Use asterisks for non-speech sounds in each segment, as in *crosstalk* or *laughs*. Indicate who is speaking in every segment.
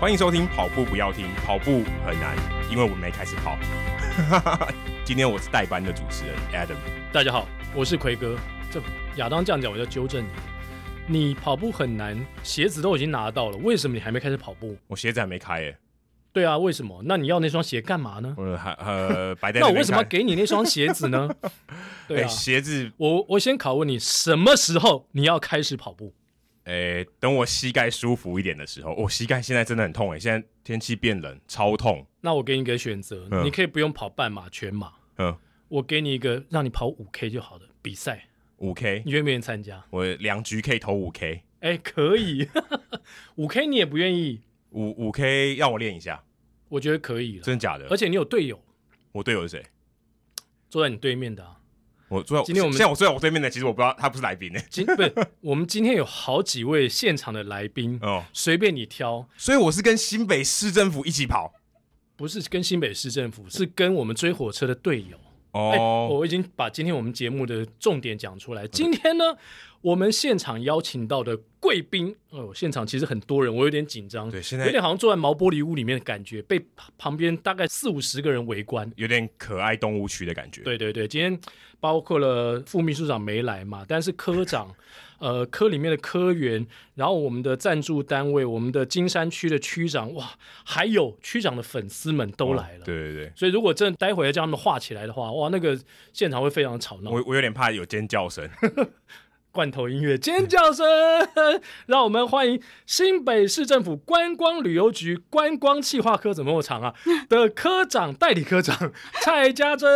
Speaker 1: 欢迎收听跑步不要停，跑步很难，因为我没开始跑。 *laughs* 今天我是代班的主持人 Adam。
Speaker 2: 大家好，我是奎哥。这亚当这样讲，我要纠正你。你跑步很难，鞋子都已经拿到了，为什么你还没开始跑步？
Speaker 1: 我鞋子还没开耶，
Speaker 2: 对啊，为什么？那你要那双鞋干嘛呢？
Speaker 1: 呃，还
Speaker 2: *laughs*
Speaker 1: 呃，白在那
Speaker 2: 那我
Speaker 1: 边
Speaker 2: 为什么要
Speaker 1: 看？
Speaker 2: 给你那双鞋
Speaker 1: *laughs*
Speaker 2: 子呢？对
Speaker 1: 哎，
Speaker 2: 啊，
Speaker 1: 鞋子，
Speaker 2: 我我先拷问你，什么时候你要开始跑步？
Speaker 1: 哎，等我膝盖舒服一点的时候，我、膝盖现在真的很痛哎，现在天气变冷，超痛。
Speaker 2: 那我给你一个选择，
Speaker 1: 嗯
Speaker 2: 你可以不用跑半马、全马，
Speaker 1: 嗯，
Speaker 2: 我给你一个让你跑五 K 就好的比赛，
Speaker 1: 五 K，
Speaker 2: 你愿不愿意参加？
Speaker 1: 我两局可以投五 K，
Speaker 2: 哎，可以， *laughs* 五 K 你也不愿意，
Speaker 1: 五五 K 让我练一下，
Speaker 2: 我觉得可以了。
Speaker 1: 真的假的
Speaker 2: 而？且你有队友
Speaker 1: 我队友是谁？
Speaker 2: 坐在你对面的啊。
Speaker 1: 我坐在
Speaker 2: 今天我们
Speaker 1: 现在我坐在我对面的，其实我不知道他不是来宾呢。
Speaker 2: 今不是我们今天有好几位现场的来宾，
Speaker 1: 哦，
Speaker 2: 随便你挑，
Speaker 1: 所以我是跟新北市政府一起跑。
Speaker 2: 不是跟新北市政府，是跟我们追火车的队友。哎、
Speaker 1: 哦，
Speaker 2: 我已经把今天我们节目的重点讲出来。今天呢，我们现场邀请到的贵宾，哦，现场其实很多人，我有点紧张，
Speaker 1: 对，现
Speaker 2: 有
Speaker 1: 在
Speaker 2: 点好像坐在毛玻璃屋里面的感觉，被旁旁边大概四五十个人围观。
Speaker 1: 有点可爱动物区的感觉。，哦
Speaker 2: 对对对，今天包括了副秘书长没来嘛，但是科长，呃，科里面的科员，然后我们的赞助单位，我们的金山区的区长，哇，还有区长的粉丝们都来了。
Speaker 1: 哦对对对，
Speaker 2: 所以如果真的待会要叫他们画起来的话，哇，那个现场会非常吵闹。
Speaker 1: 我我有点怕有尖叫
Speaker 3: *laughs*
Speaker 1: 声。
Speaker 2: 罐头音乐尖叫声， *laughs* 让我们欢迎新北市政府观光旅游局观光企划科怎么那么长啊的科长代理科长 *laughs* 蔡家珍。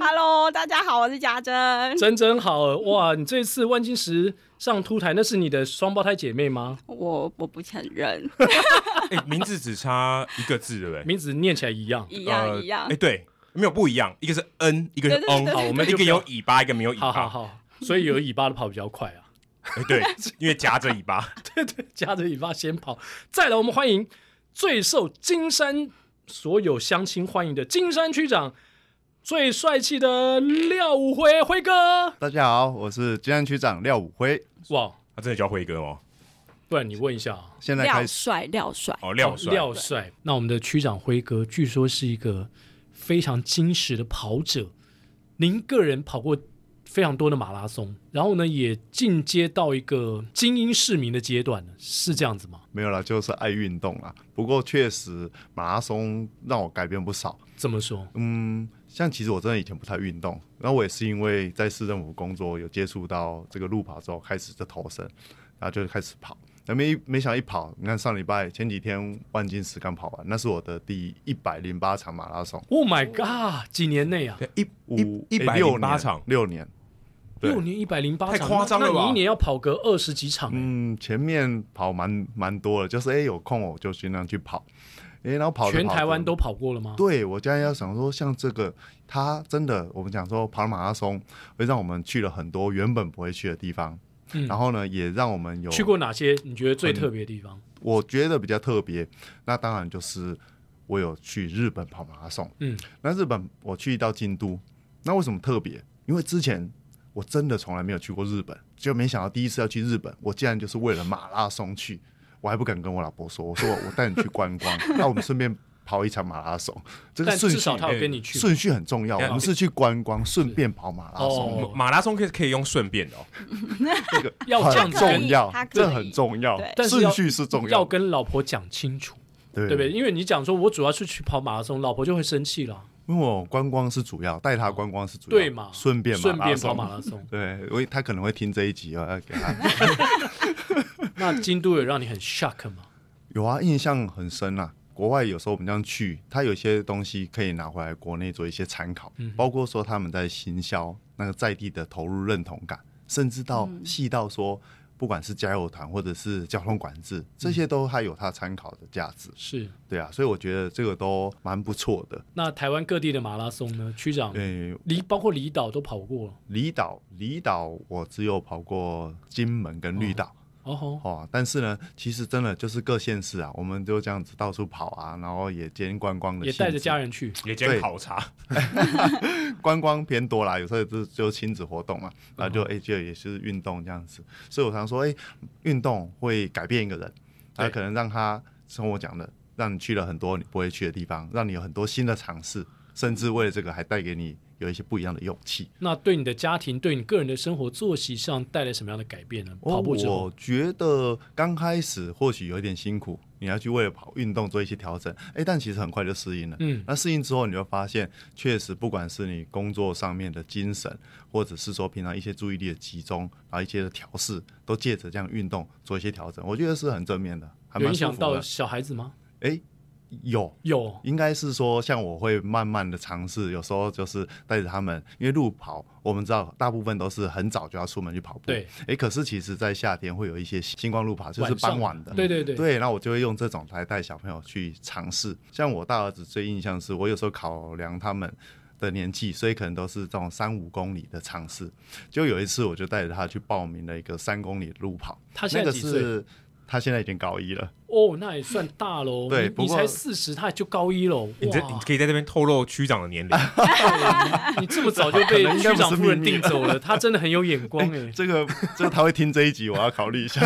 Speaker 3: Hello，大家好，我是贾珍。
Speaker 1: *laughs*
Speaker 2: 真真好哇！你这次万金石上凸台，那是你的双胞胎姐妹吗？
Speaker 3: 我我不承
Speaker 2: *laughs*
Speaker 3: 认，
Speaker 1: 哎，名字只差一个字，对不对？
Speaker 2: 名字念起来一样。
Speaker 3: *laughs* 一
Speaker 1: 一
Speaker 3: 样一样
Speaker 1: 哎，。对，没有不一样，一个是 N，一个是
Speaker 3: 对对
Speaker 1: N。
Speaker 3: 对
Speaker 2: 好我们
Speaker 1: 一
Speaker 2: 就不
Speaker 1: 个
Speaker 2: 要
Speaker 1: 有尾巴，一个没有尾
Speaker 2: 好好
Speaker 1: 巴。
Speaker 2: 好，所以有尾巴的跑比较快
Speaker 1: *laughs*
Speaker 2: 啊，
Speaker 1: 哎，对，因为夹着尾巴。 *laughs* 啊
Speaker 2: 夹着尾巴先跑。再来，我们欢迎最受金山所有乡亲欢迎的金山区长，最帅气的廖武辉辉哥。
Speaker 4: 大家好，我是金安区长廖武辉，
Speaker 2: 哇，
Speaker 1: 他真的叫辉哥哦，
Speaker 2: 不然你问一下啊，
Speaker 4: 现在
Speaker 3: 廖
Speaker 4: 开始
Speaker 3: 帅，廖帅，
Speaker 1: 哦，廖帅。
Speaker 2: 廖帅，那我们的区长辉哥据说是一个非常精实的跑者，您个人跑过非常多的马拉松，然后呢也进阶到一个精英市民的阶段了，是这样子吗？
Speaker 4: 没有了，就是爱运动啦。不过确实马拉松让我改变不少。
Speaker 2: 怎么说？
Speaker 4: 嗯，像其实我真的以前不太运动，然后我也是因为在市政府工作有接触到这个路跑之后，开始就投身，然后就开始跑。那没没想到一跑，你看上礼拜前几天万金石刚跑完，那是我的第一百零八场马拉松，
Speaker 2: Oh my god！几年内啊，
Speaker 1: 对一
Speaker 4: 五
Speaker 1: 一一
Speaker 4: 诶
Speaker 1: 百
Speaker 4: 六
Speaker 1: 零八
Speaker 4: 年
Speaker 1: 场，
Speaker 4: 六年，对
Speaker 2: 六年一百零八
Speaker 1: 太
Speaker 2: 场，
Speaker 1: 夸张了
Speaker 2: 那那
Speaker 1: 吧
Speaker 2: 你一年要跑个二十几场、欸
Speaker 4: 嗯，前面跑蛮蛮多的，就是哎、有空我就尽量去跑，哎、然后跑着
Speaker 2: 全
Speaker 4: 跑
Speaker 2: 台
Speaker 4: 着
Speaker 2: 湾都跑过了吗？
Speaker 4: 对我现在要想说，像这个，它真的，我们讲说跑马拉松会让我们去了很多原本不会去的地方，
Speaker 2: 嗯
Speaker 4: 然后呢，也让我们有
Speaker 2: 去。过哪些你觉得最特别的地方？
Speaker 4: 我觉得比较特别，那当然就是我有去日本跑马拉松。
Speaker 2: 嗯，
Speaker 4: 那日本我去到京都，那为什么特别？因为之前我真的从来没有去过日本，就没想到第一次要去日本，我竟然就是为了马拉松去，我还不敢跟我老婆说，我说我我带你去观光，
Speaker 2: *laughs*
Speaker 4: 那我们顺便跑一场马拉松，这个
Speaker 2: 但
Speaker 4: 顺
Speaker 2: 至
Speaker 4: 序
Speaker 2: 少他有跟你去。哎
Speaker 4: 顺序很重要，啊
Speaker 1: 对
Speaker 4: 我们是去观光，顺便跑马拉松，
Speaker 2: 哦，
Speaker 1: 马拉松可以可以用顺便的哦。
Speaker 4: 这个
Speaker 2: 要这样
Speaker 4: 很
Speaker 2: 子
Speaker 4: 重要
Speaker 3: 他，可以
Speaker 4: 这很重要
Speaker 3: 对，
Speaker 2: 但是要
Speaker 4: 顺序是重
Speaker 2: 要
Speaker 4: 要，
Speaker 2: 跟老婆讲清楚。
Speaker 4: 对
Speaker 2: 对不对？？因为你讲说我主要是去跑马拉松，老婆就会生气了，
Speaker 4: 因为我观光是主要，带他观光是主要，
Speaker 2: 对嘛？
Speaker 4: 啊顺便
Speaker 2: 顺便跑马
Speaker 4: 马拉松。
Speaker 2: 拉
Speaker 4: *laughs*
Speaker 2: 松。
Speaker 4: 对，我他可能会听这一集啊，要给他
Speaker 2: 那京都有让你很 shock 吗？
Speaker 4: 有啊，印象很深啊。国外有时候我们这样去，他有一些东西可以拿回来国内做一些参考，
Speaker 2: 嗯
Speaker 4: 包括说他们在行销那个在地的投入认同感，甚至到细到说，不管是加油团或者是交通管
Speaker 2: 嗯
Speaker 4: 制，这些都还有它参考的价值。
Speaker 2: 是。
Speaker 4: 对啊，所以我觉得这个都蛮不错的。
Speaker 2: 那台湾各地的马拉松呢？区长
Speaker 4: 诶、
Speaker 2: 离包括离岛都跑过了。
Speaker 4: 离岛离岛我只有跑过金门跟绿岛
Speaker 2: 哦吼，
Speaker 4: 哦但是呢，其实真的就是各县市啊，我们就这样子到处跑啊，然后也兼观光的
Speaker 2: 也
Speaker 4: 性质，
Speaker 2: 带着家人去。
Speaker 1: 也兼
Speaker 4: 对
Speaker 1: 考察，
Speaker 4: 观光偏多啦，有时候就就亲子活动嘛，然
Speaker 2: 嗯
Speaker 4: 后就哎、就也是运动这样子，所以我常说哎、运动会改变一个人，
Speaker 2: 对
Speaker 4: 他可能让他像我讲的，让你去了很多你不会去的地方，让你有很多新的尝试，甚至为了这个还带给你有一些不一样的勇气。
Speaker 2: 那对你的家庭、对你个人的生活作息上带来什么样的改变呢？嗯跑步之后，
Speaker 4: 哦我觉得刚开始或许有一点辛苦，你要去为了跑运动做一些调整，哎，但其实很快就适应了。
Speaker 2: 嗯，
Speaker 4: 那适应之后，你会发现，确实不管是你工作上面的精神，或者是说平常一些注意力的集中，然后一些的调试，都借着这样运动做一些调整，我觉得是很正面的，还
Speaker 2: 有
Speaker 4: 蛮
Speaker 2: 影
Speaker 4: 舒
Speaker 2: 响
Speaker 4: 服
Speaker 2: 到
Speaker 4: 的。
Speaker 2: 小孩子吗？
Speaker 4: 哎，有。
Speaker 2: 有，
Speaker 4: 应该是说，像我会慢慢的尝试，有时候就是带着他们，因为路跑，我们知道大部分都是很早就要出门去跑步。
Speaker 2: 对，
Speaker 4: 哎，可是其实，在夏天会有一些星光路跑，就是
Speaker 2: 晚上
Speaker 4: 傍晚的。
Speaker 2: 对对对，
Speaker 4: 对，那我就会用这种来带小朋友去尝试。像我大儿子最印象是我有时候考量他们的年纪，所以可能都是这种三五公里的尝试。就有一次，我就带着他去报名了一个三公里的路跑，
Speaker 2: 他现在
Speaker 4: 那个
Speaker 2: 几岁？
Speaker 4: 是他现在已经高一了。
Speaker 2: 哦，那也算大喽。
Speaker 4: 对
Speaker 2: 你
Speaker 4: 不
Speaker 2: 你
Speaker 4: 过
Speaker 2: 才四十，他就高一喽。
Speaker 1: 你这你
Speaker 2: 哇，
Speaker 1: 可以在这边透露区长的年龄，
Speaker 4: 哎
Speaker 2: *laughs* 你这么早就被
Speaker 4: 可能应该
Speaker 2: 区
Speaker 4: 不是
Speaker 2: 长夫人
Speaker 4: 秘密
Speaker 2: 定走了，他真的很有眼光哎。
Speaker 4: 这个这个他会听这一集，我要考虑一下。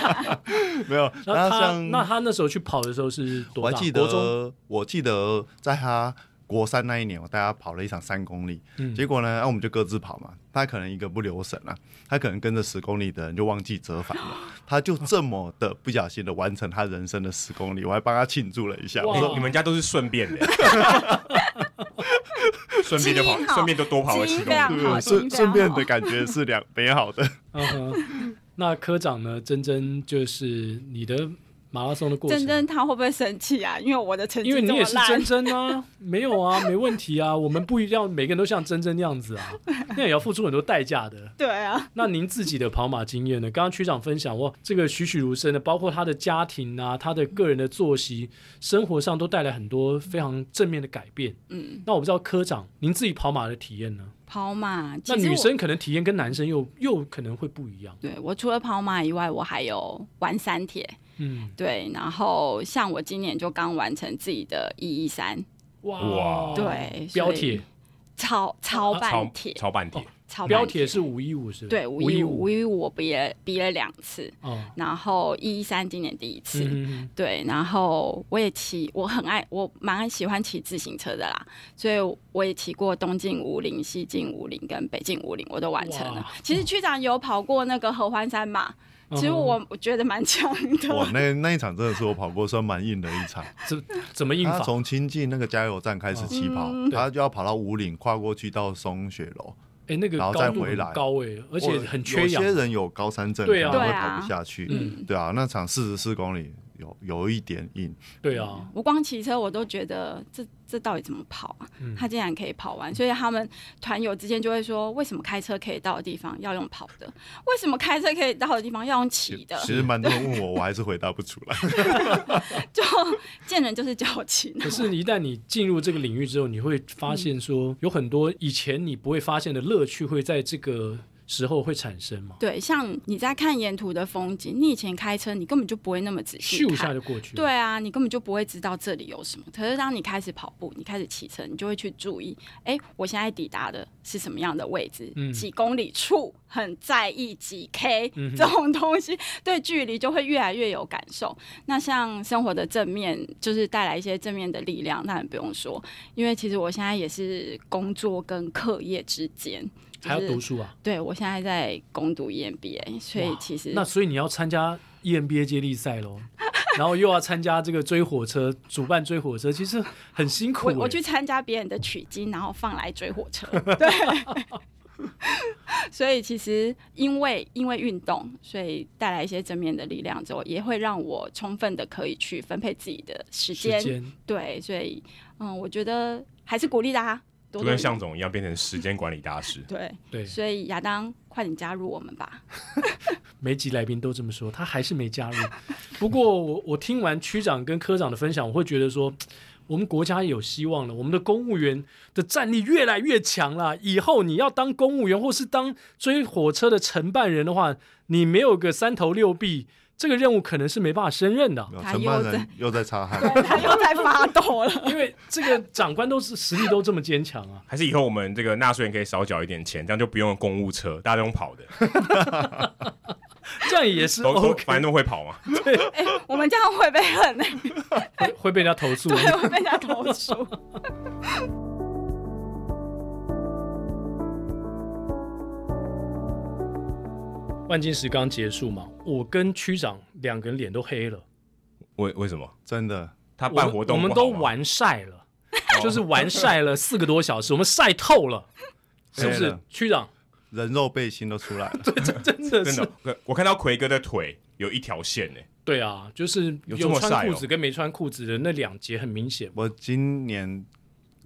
Speaker 4: *laughs* 没有，
Speaker 2: 那他
Speaker 4: 像
Speaker 2: 那他那时候去跑的时候是
Speaker 4: 我
Speaker 2: 多
Speaker 4: 还
Speaker 2: 大？
Speaker 4: 记
Speaker 2: 国
Speaker 4: *laughs*
Speaker 2: 中
Speaker 4: 得，我记得在他国三那一年，我带他跑了一场三公里，
Speaker 2: 嗯
Speaker 4: 结果呢，啊、我们就各自跑嘛。他可能一个不留神啊，他可能跟着十公里的人就忘记折
Speaker 2: *gasps*
Speaker 4: 返了，他就这么的不小心的完成他人生的十公里，我还帮他庆祝了一下。
Speaker 2: 哇
Speaker 4: 我
Speaker 1: 哎
Speaker 4: 说
Speaker 1: 你们家都是顺便
Speaker 3: *laughs*
Speaker 1: 的，顺便就跑
Speaker 3: 基因，好
Speaker 1: 顺便就多跑了
Speaker 3: 基
Speaker 1: 七
Speaker 3: 因
Speaker 1: 公
Speaker 3: 非常
Speaker 1: 里。
Speaker 4: 对
Speaker 3: 好
Speaker 4: 嗯顺
Speaker 3: 听非
Speaker 4: 顺便
Speaker 3: 常好
Speaker 4: 的感觉是两美
Speaker 2: *laughs*
Speaker 4: 好的。
Speaker 2: 嗯哼，那科长呢？真真就是你的马拉松的过程，
Speaker 3: 真真他会不会生气啊？因为我的成绩
Speaker 2: 因为你
Speaker 3: 这么
Speaker 2: 也是
Speaker 3: 烂
Speaker 2: 真，真啊， *laughs* 没有啊，没问题啊，我们不一定要每个人都像真真那样子
Speaker 3: *laughs*
Speaker 2: 啊，那也要付出很多代价的。
Speaker 3: 对
Speaker 2: *laughs*
Speaker 3: 啊，
Speaker 2: 那您自己的跑马经验呢？刚刚区长分享哇，这个栩栩如生的，包括他的家庭啊，他的个人的作息、生活上都带来很多非常正面的改变。
Speaker 3: 嗯，
Speaker 2: 那我不知道科长您自己跑马的体验呢？
Speaker 3: 跑马。
Speaker 2: 那
Speaker 3: 其实
Speaker 2: 女
Speaker 3: 我
Speaker 2: 生可能体验跟男生又又可能会不一样。
Speaker 3: 对我除了跑马以外，我还有玩三铁。
Speaker 2: 嗯，
Speaker 3: 对，然后像我今年就刚完成自己的一一三，
Speaker 2: 哇，
Speaker 1: 哇
Speaker 3: 对
Speaker 2: 标
Speaker 3: 所以
Speaker 2: 铁，
Speaker 3: 超超
Speaker 1: 超
Speaker 3: 半铁，
Speaker 1: 超半铁，
Speaker 3: 超
Speaker 2: 啊标
Speaker 3: 半
Speaker 2: 铁是五一五是？
Speaker 3: 对五一五，五一五我比了比了两次，
Speaker 2: 哦，
Speaker 3: 然后一一三今年第一次，
Speaker 2: 嗯
Speaker 3: 对，然后我也骑，我很爱，我蛮喜欢骑自行车的啦，所以我也骑过东进五岭、西进五岭跟北进五岭，我都完成了
Speaker 2: 哇。
Speaker 3: 其实区长有跑过那个合欢山嘛，
Speaker 2: 嗯
Speaker 3: 其实我我觉得蛮强
Speaker 4: 哇
Speaker 3: 的，，
Speaker 4: 那那一场真的是我跑过算蛮硬的一场。
Speaker 2: 怎怎么印
Speaker 4: 他
Speaker 2: 法？
Speaker 4: 从亲近那个加油站开始起跑，
Speaker 3: 嗯
Speaker 4: 他就要跑到五岭，跨过去到松雪楼，
Speaker 2: 哎，那个
Speaker 4: 然后再
Speaker 2: 高度
Speaker 4: 回
Speaker 2: 很
Speaker 4: 来
Speaker 2: 高哎，而且很缺
Speaker 4: 有
Speaker 2: 氧
Speaker 4: 些。人有高山症，
Speaker 2: 对啊
Speaker 4: 可能会
Speaker 3: 对啊
Speaker 4: 跑不下去。
Speaker 2: 嗯
Speaker 4: 对啊，那场四十四公里有有一点硬，
Speaker 2: 对啊，
Speaker 3: 我光骑车我都觉得这这到底怎么跑啊？
Speaker 2: 嗯
Speaker 3: 他竟然可以跑完，所以他们团友之间就会说，为什么开车可以到的地方要用跑的？为什么开车可以到的地方要用骑的？
Speaker 4: 其实蛮多人问我，我还是回答不出来。
Speaker 3: *laughs* 就见人就是矫情。
Speaker 2: 可是，一旦你进入这个领域之后，你会发现说，
Speaker 3: 嗯
Speaker 2: 有很多以前你不会发现的乐趣，会在这个时候会产生嘛？
Speaker 3: 对，像你在看沿途的风景，你以前开车你根本就不会那么仔细
Speaker 2: 咻一下
Speaker 3: 看。
Speaker 2: 就过去了。
Speaker 3: 对啊，你根本就不会知道这里有什么。可是当你开始跑步，你开始骑车，你就会去注意，哎，我现在抵达的是什么样的位置，
Speaker 2: 嗯
Speaker 3: 几公里处，很在意几 K、
Speaker 2: 嗯哼
Speaker 3: 这种东西，对距离就会越来越有感受。那像生活的正面，就是带来一些正面的力量，当然不用说，因为其实我现在也是工作跟课业之间，就
Speaker 2: 还要
Speaker 3: 是
Speaker 2: 读书啊。
Speaker 3: 对，我现在在攻读 E EMBA，所以
Speaker 2: 哇
Speaker 3: 其实
Speaker 2: 那所以你要参加 E EMBA 接力赛喽，然后又要参加这个追火车，主办追火车，其实很辛苦
Speaker 3: 我
Speaker 2: 欸、
Speaker 3: 我去参加别人的取经，然后放来追火
Speaker 2: *laughs*
Speaker 3: 车。对， *laughs* 所以其实因为因为运动，所以带来一些正面的力量之后，也会让我充分的可以去分配自己的时
Speaker 2: 时
Speaker 3: 间。
Speaker 2: 间
Speaker 3: 对，所以嗯，我觉得还是鼓励大家多
Speaker 1: 就
Speaker 3: 多
Speaker 1: 跟
Speaker 3: 运动
Speaker 1: 向总一样变成时间管理大师。 *laughs*
Speaker 3: 对，
Speaker 2: 对，
Speaker 3: 所以亚当，快点加入我们吧。
Speaker 2: 每集来宾都这么说，他还是没加入。 *laughs* 不过我我听完区长跟科长的分享，我会觉得说，嗯我们国家有希望了，我们的公务员的战力越来越强啦。以后你要当公务员或是当追火车的承办人的话，你没有个三头六臂，这个任务可能是没办法胜任的。
Speaker 4: 没有
Speaker 3: 他
Speaker 4: 承办
Speaker 3: 又在
Speaker 4: 人又在擦汗，
Speaker 3: 对他又在发
Speaker 2: *laughs*
Speaker 3: 抖了。
Speaker 2: 因为这个长官都是实力都这么坚强啊，
Speaker 1: 还是以后我们这个纳税人可以少缴一点钱，这样就不用公务车，大家都用跑的。
Speaker 2: 这样也
Speaker 1: *laughs*
Speaker 2: 是 *laughs*
Speaker 1: 都都
Speaker 2: OK，
Speaker 1: 反正都会跑嘛。
Speaker 3: 哎、我们这样会被恨、欸，
Speaker 2: 会会被人家投诉。
Speaker 3: 对，会被人
Speaker 2: *laughs*
Speaker 3: 家投诉。
Speaker 2: 万金石刚结束嘛，我跟区长两个人脸都黑了，
Speaker 1: 为为什么
Speaker 4: 真的
Speaker 1: 他办活动
Speaker 2: 我们我
Speaker 1: 不好
Speaker 2: 们都
Speaker 1: 吗哦
Speaker 2: 玩晒了，就是玩晒了四个多小时，我们晒
Speaker 1: *laughs*
Speaker 2: 透了，是不
Speaker 4: 黑
Speaker 2: 是
Speaker 4: 了？
Speaker 2: 区长，
Speaker 4: 人肉背心都出来了，
Speaker 2: 真的
Speaker 1: 真
Speaker 2: 是
Speaker 1: 的，我我看到奎哥的腿有一条线呢，
Speaker 2: 对啊，就是
Speaker 1: 有这么
Speaker 2: 穿
Speaker 1: 晒
Speaker 2: 裤
Speaker 1: 哦
Speaker 2: 子跟没穿裤子的那两节很明显。
Speaker 4: 我今年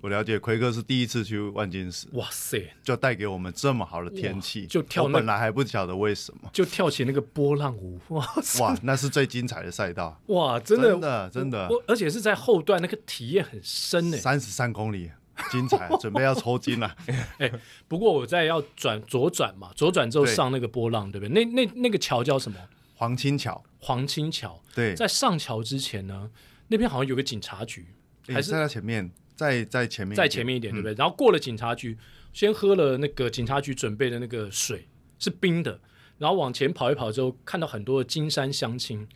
Speaker 4: 我了解奎哥是第一次去万金石，
Speaker 2: 哇塞，
Speaker 4: 就带给我们这么好的天气，
Speaker 2: 哇就跳
Speaker 4: 我
Speaker 2: 那
Speaker 4: 本来还不晓得为什
Speaker 2: *laughs*
Speaker 4: 么，
Speaker 2: 就跳起那个波浪舞，哇
Speaker 4: 哇，那是最精彩的赛道，
Speaker 2: 哇，真的
Speaker 4: 真的真的，
Speaker 2: 我而且是在后段那个体验很深呢。欸
Speaker 4: 三十三公里，精彩，准备要抽筋了，
Speaker 2: *laughs* 哎不过我在要转左转嘛，左转之后
Speaker 4: 对
Speaker 2: 上那个波浪，对不对？那那那个桥叫什么？
Speaker 4: 黄金桥，
Speaker 2: 黄青桥。
Speaker 4: 对，
Speaker 2: 在上桥之前呢，那边好像有个警察局，
Speaker 4: 诶
Speaker 2: 还是
Speaker 4: 哎在他前面，在在前面一点，嗯
Speaker 2: 在前面一点，对不对？然后过了警察局，先喝了那个警察局准备的那个水，是冰的。然后往前跑一跑之后，看到很多的金山乡亲。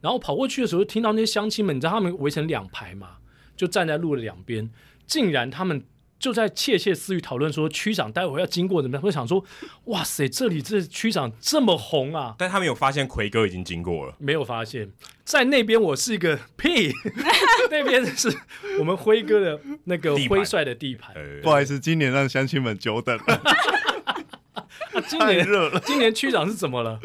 Speaker 2: 然后跑过去的时候，听到那些乡亲们，你知道他们围成两排嘛，就站在路的两边，竟然他们就在窃窃私语讨论说，区长待会要经过怎么样？会想说，哇塞，这里这区长这么红啊！
Speaker 1: 但他们有发现奎哥已经经过了，
Speaker 2: 没有发现，在那边我是一个屁，那边是我们辉哥的那个
Speaker 1: 地盘
Speaker 2: 辉帅的地盘。
Speaker 1: 呃
Speaker 4: 不，好意思，今年让乡亲们
Speaker 2: *laughs*
Speaker 4: 久等了，
Speaker 2: 啊，今
Speaker 4: 太
Speaker 2: 年
Speaker 4: 热了，
Speaker 2: 今年区长是怎
Speaker 4: *laughs*
Speaker 2: 么了？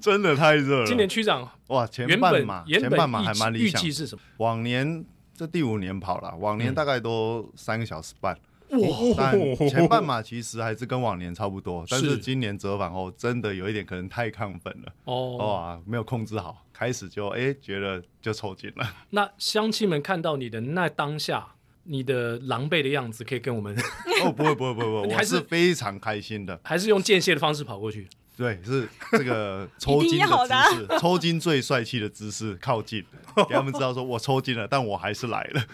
Speaker 4: 真的太热了。
Speaker 2: 今年区长
Speaker 4: 哇，前
Speaker 2: 原
Speaker 4: 半
Speaker 2: 本
Speaker 4: 马，
Speaker 2: 原
Speaker 4: 前
Speaker 2: 本
Speaker 4: 半马还蛮
Speaker 2: 预
Speaker 4: 理
Speaker 2: 预
Speaker 4: 想
Speaker 2: 计。是什么？
Speaker 4: 往年这第五年跑了，往年大概都三个小时
Speaker 2: *laughs*
Speaker 4: 半，
Speaker 2: 哦
Speaker 1: 哇
Speaker 4: 但前半马其实还是跟往年差不多，但
Speaker 2: 是
Speaker 4: 是今年折返后真的有一点可能太亢奋了，
Speaker 2: 哦，
Speaker 4: 哇，没有控制好，开始就哎、觉得就抽筋了， *laughs*
Speaker 2: 那乡亲们看到你的那当下，你的狼狈的样子，可以跟我们 *laughs*
Speaker 4: 哦，不会不会不会不会，
Speaker 2: 你
Speaker 4: 我
Speaker 2: 还是
Speaker 4: 是非常开心的，
Speaker 2: 还是用间歇的方式跑过去？
Speaker 4: 对，是这个抽
Speaker 3: 一定
Speaker 4: 筋
Speaker 3: 要的
Speaker 4: 的
Speaker 3: 啊
Speaker 4: 姿势，抽筋最帅气的姿势，靠近，给他们知道说我抽筋了，但我还是来了，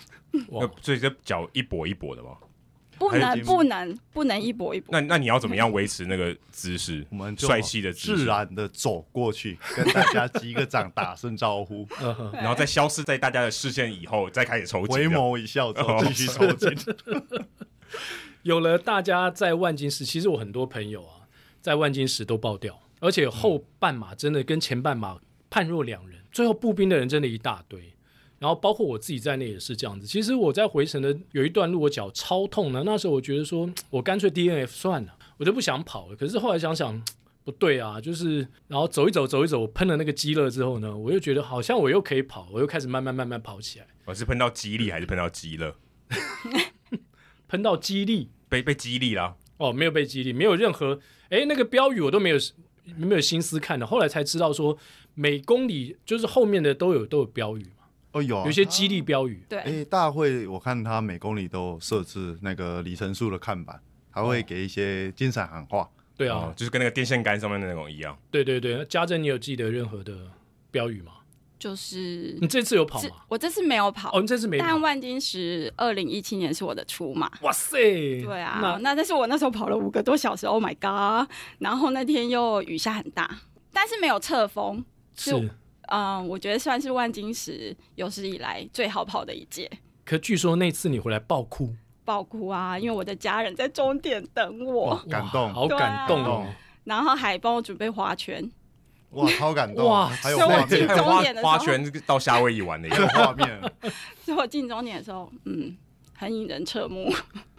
Speaker 2: 哇
Speaker 1: 那，所以这脚一跛一跛的嘛。
Speaker 3: 不
Speaker 4: 还有
Speaker 3: 能
Speaker 4: 节目
Speaker 3: 不能不能一搏一搏，
Speaker 1: 那那你要怎么样维持那个姿势？
Speaker 4: 我们就
Speaker 1: 帅气的姿
Speaker 4: 自
Speaker 1: 势，
Speaker 4: 然的走过去，跟大家击个掌，打声
Speaker 1: *laughs*
Speaker 4: 招呼。
Speaker 2: 嗯哼
Speaker 1: 然后再消失在大家的视线以后，再开始抽筋。
Speaker 4: 回
Speaker 1: 这样
Speaker 4: 眸一笑之
Speaker 1: 哦
Speaker 4: 后继续抽
Speaker 1: *laughs*
Speaker 4: 筋。
Speaker 2: 有了大家在万金石，其实我很多朋友啊，在万金石都爆掉，而且后半马真的跟前半马判若两人，最后步兵的人真的一大堆。然后包括我自己在内也是这样子。其实我在回程的有一段路，我脚超痛的。那时候我觉得说，我干脆 DNF 算了，我就不想跑了。可是后来想想，不对啊，就是然后走一走走一走，我喷了那个激乐之后呢，我又觉得好像我又可以跑，我又开始慢慢慢慢跑起来，
Speaker 1: 我是碰到激励还是碰到激了？
Speaker 2: 喷到激励，
Speaker 1: 被被激励啦，
Speaker 2: 哦，没有被激励，没有任何诶，那个标语我都没有没有心思看的。后来才知道说，每公里就是后面的都有都有标语嘛，
Speaker 4: 哦，有啊
Speaker 2: 有一些激励标语。
Speaker 3: 对，
Speaker 4: 诶，大会我看他每公里都有设置那个里程数的看板，还
Speaker 1: 哦
Speaker 4: 会给一些精神喊话。
Speaker 2: 对啊，
Speaker 1: 哦，就是跟那个电线杆上面的那种一样。
Speaker 2: 对对对。家珍，你有记得任何的标语吗？
Speaker 3: 就是
Speaker 2: 你这次有跑
Speaker 3: 这
Speaker 2: 嗯吗？
Speaker 3: 我这次没有跑，
Speaker 2: 哦，你这次没跑
Speaker 3: 但。万金石二零一七年是我的出马。
Speaker 2: 哇塞！对
Speaker 3: 对啊，那
Speaker 2: 嗯那
Speaker 3: 但是我那时候跑了五个多小时，Oh my god！然后那天又雨下很大，但是没有侧风，
Speaker 2: 是，
Speaker 3: 嗯，我觉得算是万金石有史以来最好跑的一届，
Speaker 2: 可据说那次你回来爆哭，
Speaker 3: 爆哭啊！因为我的家人在终点等
Speaker 2: 哇
Speaker 3: 我，，
Speaker 4: 感动
Speaker 2: 好感动
Speaker 4: 对
Speaker 2: 哦
Speaker 4: 啊！
Speaker 3: 然后还帮我准备花圈，
Speaker 4: 哇，超感动！
Speaker 2: 哇
Speaker 4: 啊还有
Speaker 3: 所以
Speaker 4: 画
Speaker 3: 我进
Speaker 4: 面，
Speaker 1: 还有花
Speaker 3: 终点的时候
Speaker 1: 花圈到夏威夷玩的一
Speaker 4: 还 *laughs*
Speaker 1: 样。
Speaker 4: 有画面，
Speaker 3: 所以我进终点的时候，嗯，很引人侧目，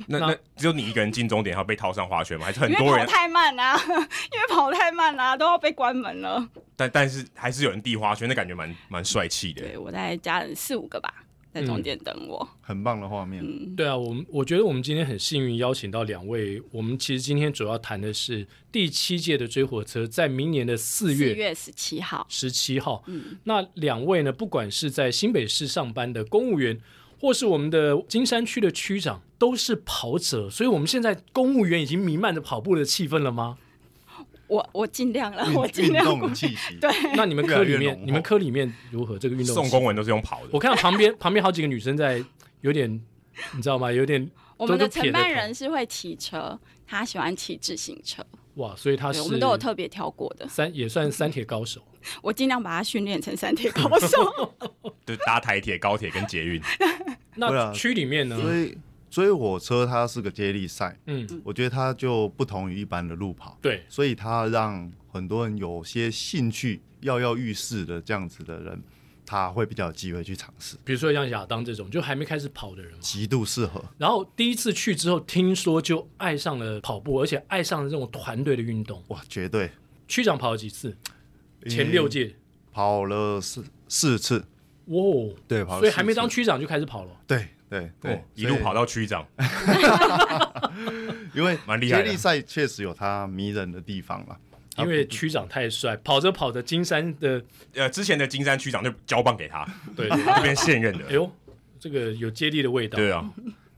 Speaker 1: 那
Speaker 2: 那
Speaker 1: 那只有你一个人进终点，还要被套上花圈吗？还是很
Speaker 3: 因为
Speaker 1: 多
Speaker 3: 跑
Speaker 1: 人？
Speaker 3: 太慢啊， *laughs* 因为跑太慢啊，都要被关门了。
Speaker 1: 但但是还是有人递花圈，那感觉蛮蛮帅气的。
Speaker 3: 对我在家人四五个吧，在终点等我，嗯
Speaker 4: 很棒的画面。
Speaker 2: 对啊，我们我觉得我们今天很幸运邀请到两位。我们其实今天主要谈的是第七届的追火车，在明年的四月
Speaker 3: 十七号，
Speaker 2: 十七号。
Speaker 3: 嗯
Speaker 2: 那两位呢，不管是在新北市上班的公务员，或是我们的金山区的区长，都是跑者，所以我们现在公务员已经弥漫着跑步的气氛了吗？
Speaker 3: 我我尽量了，嗯我尽
Speaker 4: 运运
Speaker 3: 量
Speaker 4: 动的气息，
Speaker 3: *laughs* 对
Speaker 2: 那你们科里
Speaker 4: 越来越
Speaker 2: 面
Speaker 4: 浓，厚
Speaker 2: 你们科里面如何这个运动？
Speaker 1: 送公，文都是用跑的
Speaker 2: 我，看到旁边旁边好几个女生在有点，你知道吗？有点
Speaker 3: 我们的
Speaker 2: 都都撇
Speaker 3: 承
Speaker 2: 着
Speaker 3: 办
Speaker 2: 头
Speaker 3: 人是会骑车，他喜欢骑自行车，
Speaker 2: 哇，所以他
Speaker 3: 对
Speaker 2: 是
Speaker 3: 我们都有特别挑过的，
Speaker 2: 三也算三铁高手。
Speaker 3: 我尽量把它训练成三铁高手。
Speaker 1: 就搭台铁、高铁跟捷运，
Speaker 4: 对
Speaker 2: 那
Speaker 4: 啊
Speaker 2: 区里面呢？
Speaker 4: 所以所以火车它是个接力赛，
Speaker 2: 嗯，
Speaker 4: 我觉得它就不同于一般的路跑，
Speaker 2: 对，
Speaker 4: 所以它让很多人有些兴趣、跃跃欲试的这样子的人，他会比较有机会去尝试，
Speaker 2: 比如说像亚当这种就还没开始跑的人嘛。
Speaker 4: 极度适合。
Speaker 2: 然后第一次去之后，听说就爱上了跑步，而且爱上了这种团队的运动。
Speaker 4: 哇，绝对
Speaker 2: 区长跑了几次？前六届，
Speaker 4: 跑了四四次，
Speaker 2: 哇哦，
Speaker 4: 对跑了
Speaker 2: 所以还没
Speaker 4: 四次啊
Speaker 2: 当区长就开始跑了。
Speaker 4: 对对对，
Speaker 1: 哦一路跑到区长，
Speaker 4: 因为
Speaker 1: 蛮厉害
Speaker 4: 接
Speaker 1: 的
Speaker 4: 力赛确实有它迷人的地方嘛。
Speaker 2: 因为区长太帅，跑着跑着，金山的
Speaker 1: 呃，之前的金山区长就交棒给他，
Speaker 2: 对，
Speaker 1: 就变现任
Speaker 2: *laughs* 哎
Speaker 1: 的。
Speaker 2: 呦，这个有接力的味道。
Speaker 1: 对啊，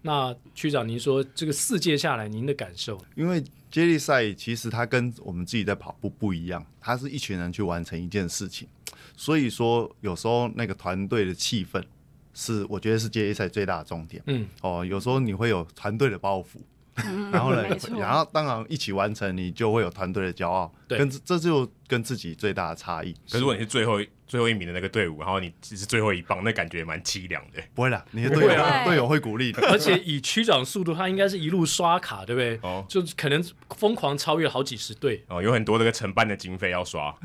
Speaker 2: 那区长，您说这个四届下来，您的感受？
Speaker 4: 因为接力赛其实它跟我们自己在跑步不一样，它是一群人去完成一件事情，所以说有时候那个团队的气氛是我觉得是接力赛最大的重点
Speaker 2: 嗯，
Speaker 4: 哦。有时候你会有团队的包袱，
Speaker 3: 嗯
Speaker 4: 然后呢
Speaker 3: 没，错
Speaker 4: 然后当然一起完成，你就会有团队的骄傲，
Speaker 2: 对
Speaker 4: 跟自这就跟自己最大的差异。
Speaker 1: 可是如果你是最后一最后一名的那个队伍，然后你只是最后一棒，那感觉蛮凄凉的。
Speaker 4: 不会啦，你的
Speaker 2: 不
Speaker 4: 队友
Speaker 2: 会
Speaker 3: 啊
Speaker 4: 队友会鼓励你。
Speaker 2: 而且以区长速度，他应该是一路刷卡，对不对？
Speaker 1: 哦
Speaker 2: 就是可能疯狂超越好几十队，
Speaker 1: 哦，有很多这个承办的经费要刷，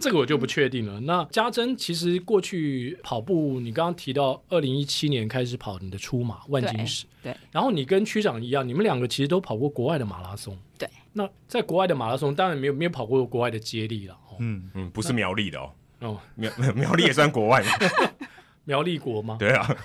Speaker 2: 这个我就不确定了。那家珍其实过去跑步，你刚刚提到二零一七年开始跑你的出马万金石，
Speaker 3: 对对
Speaker 2: 然后你跟区长一样，你们两个其实都跑过国外的马拉松，
Speaker 3: 对。
Speaker 2: 那在国外的马拉松，当然没有没有跑过国外的接力了，哦，
Speaker 4: 嗯，
Speaker 1: 嗯，不是苗栗的哦，
Speaker 2: 哦
Speaker 1: 苗 *laughs* 苗栗也算国外嘛？
Speaker 2: 苗栗国
Speaker 1: *laughs*
Speaker 2: 吗？
Speaker 1: 对
Speaker 2: *laughs*
Speaker 1: 啊，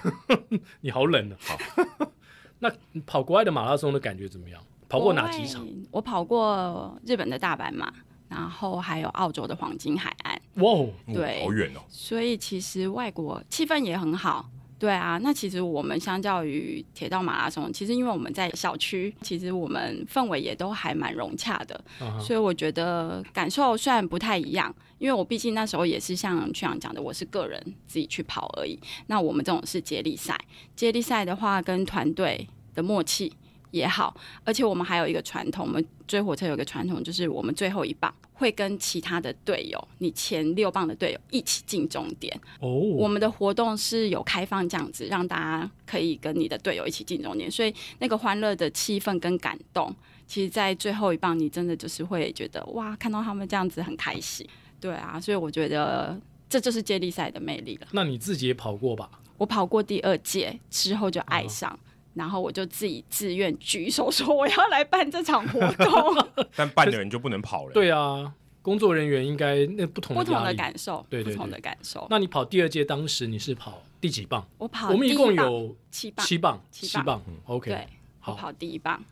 Speaker 2: 你好冷啊！ *laughs* 那你跑国外的马拉松的感觉怎么样？跑过哪几场？
Speaker 3: 国外？我跑过日本的大阪嘛，然后还有澳洲的黄金海岸。
Speaker 2: 哇哦，
Speaker 1: 哦
Speaker 3: 对
Speaker 1: 好远哦。
Speaker 3: 所以其实外国气氛也很好。对啊，那其实我们相较于铁道马拉松，其实因为我们在小区，其实我们氛围也都还蛮融洽的，
Speaker 2: 啊哈
Speaker 3: 所以我觉得感受虽然不太一样，因为我毕竟那时候也是像曲阳讲的，我是个人自己去跑而已。那我们这种是接力赛，接力赛的话跟团队的默契也好，而且我们还有一个传统，我们追火车有一个传统，就是我们最后一棒会跟其他的队友，你前六棒的队友一起进终点。
Speaker 2: 哦，
Speaker 3: 我们的活动是有开放这样子，让大家可以跟你的队友一起进终点，所以那个欢乐的气氛跟感动，其实，在最后一棒，你真的就是会觉得哇，看到他们这样子很开心。对啊，所以我觉得这就是接力赛的魅力了。
Speaker 2: 那你自己也跑过吧？
Speaker 3: 我跑过第二届之后就爱上。
Speaker 2: 嗯
Speaker 3: 然后我就自己自愿举手说我要来办这场活
Speaker 2: *laughs*
Speaker 3: 动， *laughs*
Speaker 1: 但办的人就不能跑了。，
Speaker 2: 对啊，工作人员应该那不同
Speaker 3: 不同
Speaker 2: 压
Speaker 3: 的
Speaker 2: 力。
Speaker 3: 感受，
Speaker 2: 对对对
Speaker 3: 不同的感受。
Speaker 2: 那你跑第二届，当时你是跑第几棒？
Speaker 3: 我跑
Speaker 2: 我们一共
Speaker 3: 第棒
Speaker 2: 有
Speaker 3: 七棒，
Speaker 2: 七棒，
Speaker 3: 七
Speaker 2: 七
Speaker 3: 棒
Speaker 2: 棒。OK，嗯
Speaker 3: 对，我
Speaker 2: 好，
Speaker 3: 跑第一棒，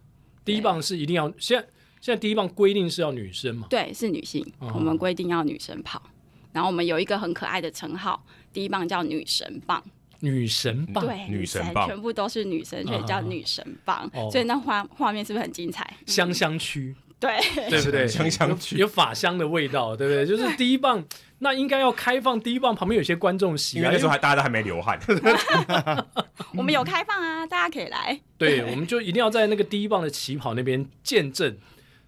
Speaker 2: 第一棒是一定要现在现在第一棒规定是要女生嘛？
Speaker 3: 对，是女性，
Speaker 2: 哦
Speaker 3: 我们规定要女生跑。然后我们有一个很可爱的称号，第一棒叫女神棒，
Speaker 2: 嗯女
Speaker 1: 嗯
Speaker 2: 神棒，
Speaker 3: 对，
Speaker 1: 女神
Speaker 3: 神
Speaker 1: 棒
Speaker 3: 全部都是女神，所以
Speaker 2: 啊
Speaker 3: 叫女神棒。
Speaker 2: 哦
Speaker 3: 所以那画画面是不是很精彩？
Speaker 2: 香香区， *laughs*
Speaker 3: 对，
Speaker 2: 对不对？
Speaker 1: 香香区
Speaker 2: 有法香的味道，对不对？就是第一棒，那应该要开放第一棒旁边有些观众席
Speaker 1: 因为
Speaker 2: 啊，
Speaker 1: 那时候还大家都还没流
Speaker 2: *laughs*
Speaker 1: 汗，
Speaker 3: 我们有开放啊，大家可以来。
Speaker 2: 对，我们就一定要在那个第一棒的起跑那边见证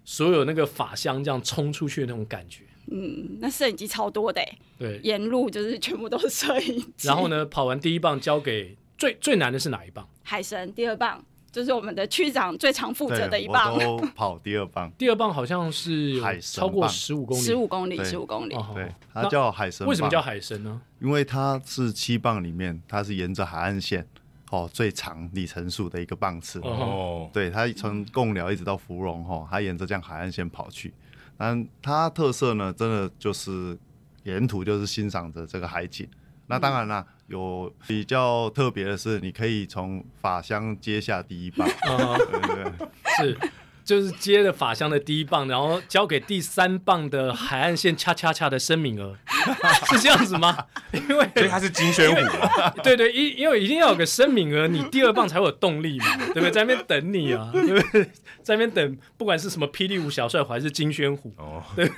Speaker 2: 所有那个法香这样冲出去的那种感觉。
Speaker 3: 嗯，那摄影机超多的欸，
Speaker 2: 对，
Speaker 3: 沿路就是全部都是摄影机。
Speaker 2: 然后？呢，跑完第一棒交给最最难的是哪一棒？
Speaker 3: 海神第二棒就是我们的区长最常负责的
Speaker 4: 对，
Speaker 3: 一
Speaker 4: 我
Speaker 3: 棒，
Speaker 4: 都跑第二棒，
Speaker 2: 第二棒好像是有
Speaker 4: 海神
Speaker 2: 超过
Speaker 4: 棒
Speaker 2: 十五公里，
Speaker 3: 十五公里，
Speaker 4: 对
Speaker 3: 十五公里。
Speaker 2: 哦，
Speaker 4: 对，
Speaker 2: 那
Speaker 4: 它叫海神棒。
Speaker 2: 为什么叫海神呢？ *laughs*
Speaker 4: 因为它是七棒里面，它是沿着海岸线哦最长里程数的一个棒次。
Speaker 2: 嗯
Speaker 1: 哦，
Speaker 4: 对，它从贡寮一直到芙蓉哈、哦，它沿着这样海岸线跑去。那它特色呢，真的就是沿途就是欣赏着这个海景。那当然啦，
Speaker 2: 嗯
Speaker 4: 有比较特别的是，你可以从法香接下第一棒，
Speaker 2: 啊、
Speaker 4: 对对对，
Speaker 2: 是就是接了法香的第一棒，然后交给第三棒的海岸线恰恰恰的申敏儿， *laughs* 是这样子吗？因为
Speaker 1: 所以他是金宣虎啊，
Speaker 2: *laughs* 对对，一因为一定要有个声明额，你第二棒才会有动力嘛，对不对？在那边等你啊， *laughs* 对不对？在那边等，不管是什么霹雳舞小帅虎还是金宣虎，
Speaker 1: 哦， *laughs* 对，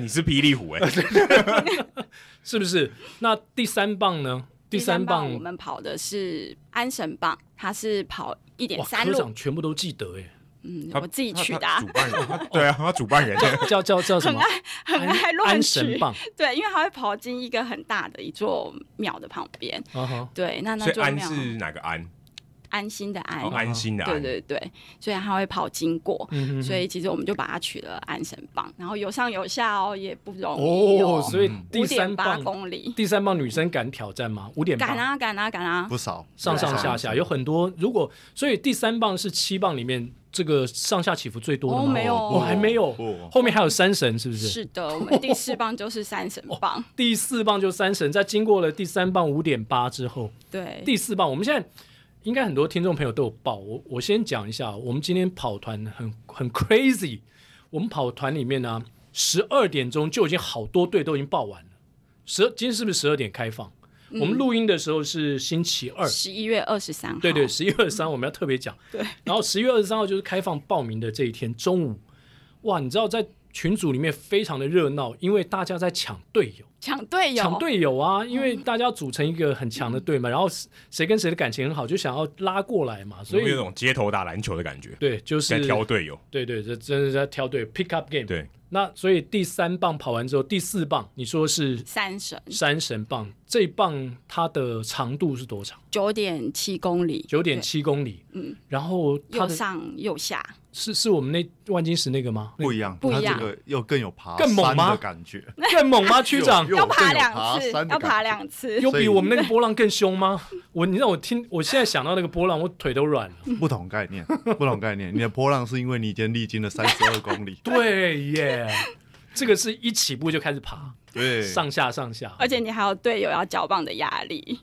Speaker 1: 你是霹雳虎哎，
Speaker 2: 是不是？那第三棒呢？第三
Speaker 3: 棒
Speaker 2: 棒，
Speaker 3: 我们跑的是安神棒，它是跑一点
Speaker 2: 哇，
Speaker 3: 三
Speaker 2: 科
Speaker 3: 路，
Speaker 2: 长全部都记得哎，
Speaker 3: 嗯，
Speaker 1: 他
Speaker 3: 我自己
Speaker 1: 他
Speaker 3: 取
Speaker 1: 他
Speaker 3: 的、啊
Speaker 1: 主，办人， *laughs* 他对啊，他主办人，
Speaker 2: 叫叫叫什
Speaker 3: 很
Speaker 2: 么？
Speaker 3: 爱很
Speaker 2: 安
Speaker 3: 爱乱
Speaker 2: 安
Speaker 3: 取
Speaker 2: 神，棒，
Speaker 3: 对，因为它会跑进一个很大的一座庙的旁边，
Speaker 2: 啊哈，
Speaker 3: 对，那
Speaker 1: *laughs*
Speaker 3: 那
Speaker 1: 所以
Speaker 3: 座
Speaker 1: 安
Speaker 3: 庙
Speaker 1: 是哪个安？
Speaker 3: 安心的安，
Speaker 1: 哦，安心的
Speaker 3: 对
Speaker 1: 安。
Speaker 3: 对对，所以它会跑经过。
Speaker 2: 嗯哼
Speaker 3: 所以其实我们就把它取了安神棒，然后有上有下哦，也不容易
Speaker 2: 哦，所以第
Speaker 3: 五点
Speaker 2: 三
Speaker 3: 八
Speaker 2: 棒，
Speaker 3: 公里，
Speaker 2: 第三棒女生敢挑战吗？五点
Speaker 3: 赶
Speaker 2: 八。
Speaker 3: 啊赶啊赶啊！
Speaker 4: 不少，
Speaker 2: 上上
Speaker 4: 不少
Speaker 2: 下下有很多，如果所以第三棒是七棒里面这个上下起伏最多的
Speaker 3: 哦
Speaker 2: 吗？
Speaker 3: 没有
Speaker 2: 我还没有，
Speaker 4: 不
Speaker 2: 后面还有三神是不是？
Speaker 3: 是的，我们第四棒就是三神棒，
Speaker 2: 第四棒就三神，在经过了第三棒五点八之后，
Speaker 3: 对，
Speaker 2: 第四棒我们现在应该很多听众朋友都有报，我我先讲一下，我们今天跑团很很 crazy，我们跑团里面呢、十二点钟就已经好多队都已经报完了，十今天是不是十二点开放？
Speaker 3: 嗯
Speaker 2: 我们录音的时候是星期二，
Speaker 3: 十一月二十三号，
Speaker 2: 对对，十一月二十三我们要特别讲。
Speaker 3: 对，
Speaker 2: 然后十一月二十三号就是开放报名的这一天中午，哇，你知道在群组里面非常的热闹，因为大家在抢队友，
Speaker 3: 抢队友，
Speaker 2: 抢队友啊，因为大家组成一个很强的队嘛，然后谁跟谁的感情很好，就想要拉过来嘛，
Speaker 1: 所
Speaker 2: 所
Speaker 1: 以有
Speaker 2: 以
Speaker 1: 种街头打篮球的感觉，
Speaker 2: 对，就
Speaker 1: 在
Speaker 2: 是
Speaker 1: 挑队友。
Speaker 2: 对对，这真的是在挑队 pick up game。，
Speaker 1: 对，
Speaker 2: 那所以第三棒跑完之后，第四棒你说是
Speaker 3: 三神
Speaker 2: 山神棒，这一棒它的长度是多长？
Speaker 3: 九点七公里，
Speaker 2: 九点七公里。嗯，然后它
Speaker 3: 右
Speaker 2: 的
Speaker 3: 上右下，
Speaker 2: 是是我们那万金石那个吗？
Speaker 3: *laughs*
Speaker 4: 不一样，
Speaker 3: 不一样
Speaker 4: 它这个又更有爬
Speaker 2: 更猛
Speaker 4: 山
Speaker 2: 吗
Speaker 4: 的感觉，
Speaker 2: 更猛吗，区
Speaker 3: *laughs*
Speaker 2: 长？
Speaker 4: 又
Speaker 3: 要
Speaker 4: 有更
Speaker 3: 爬
Speaker 4: 有
Speaker 3: 两次
Speaker 4: 山，的
Speaker 3: 要
Speaker 4: 感
Speaker 3: 爬
Speaker 4: 觉
Speaker 3: 两次，
Speaker 2: 有比我们那个波浪更凶吗？我你让我听，我现在想到那个波浪，我腿都软了。，
Speaker 3: *laughs*
Speaker 4: *laughs* 不同概念，不同概念。你的波浪是因为你已经历经了三十二公里
Speaker 2: *laughs* 对耶，这个是一起步就开始爬，
Speaker 4: 对，
Speaker 2: 上下上下，
Speaker 3: 而且你还有队友要交棒的压力，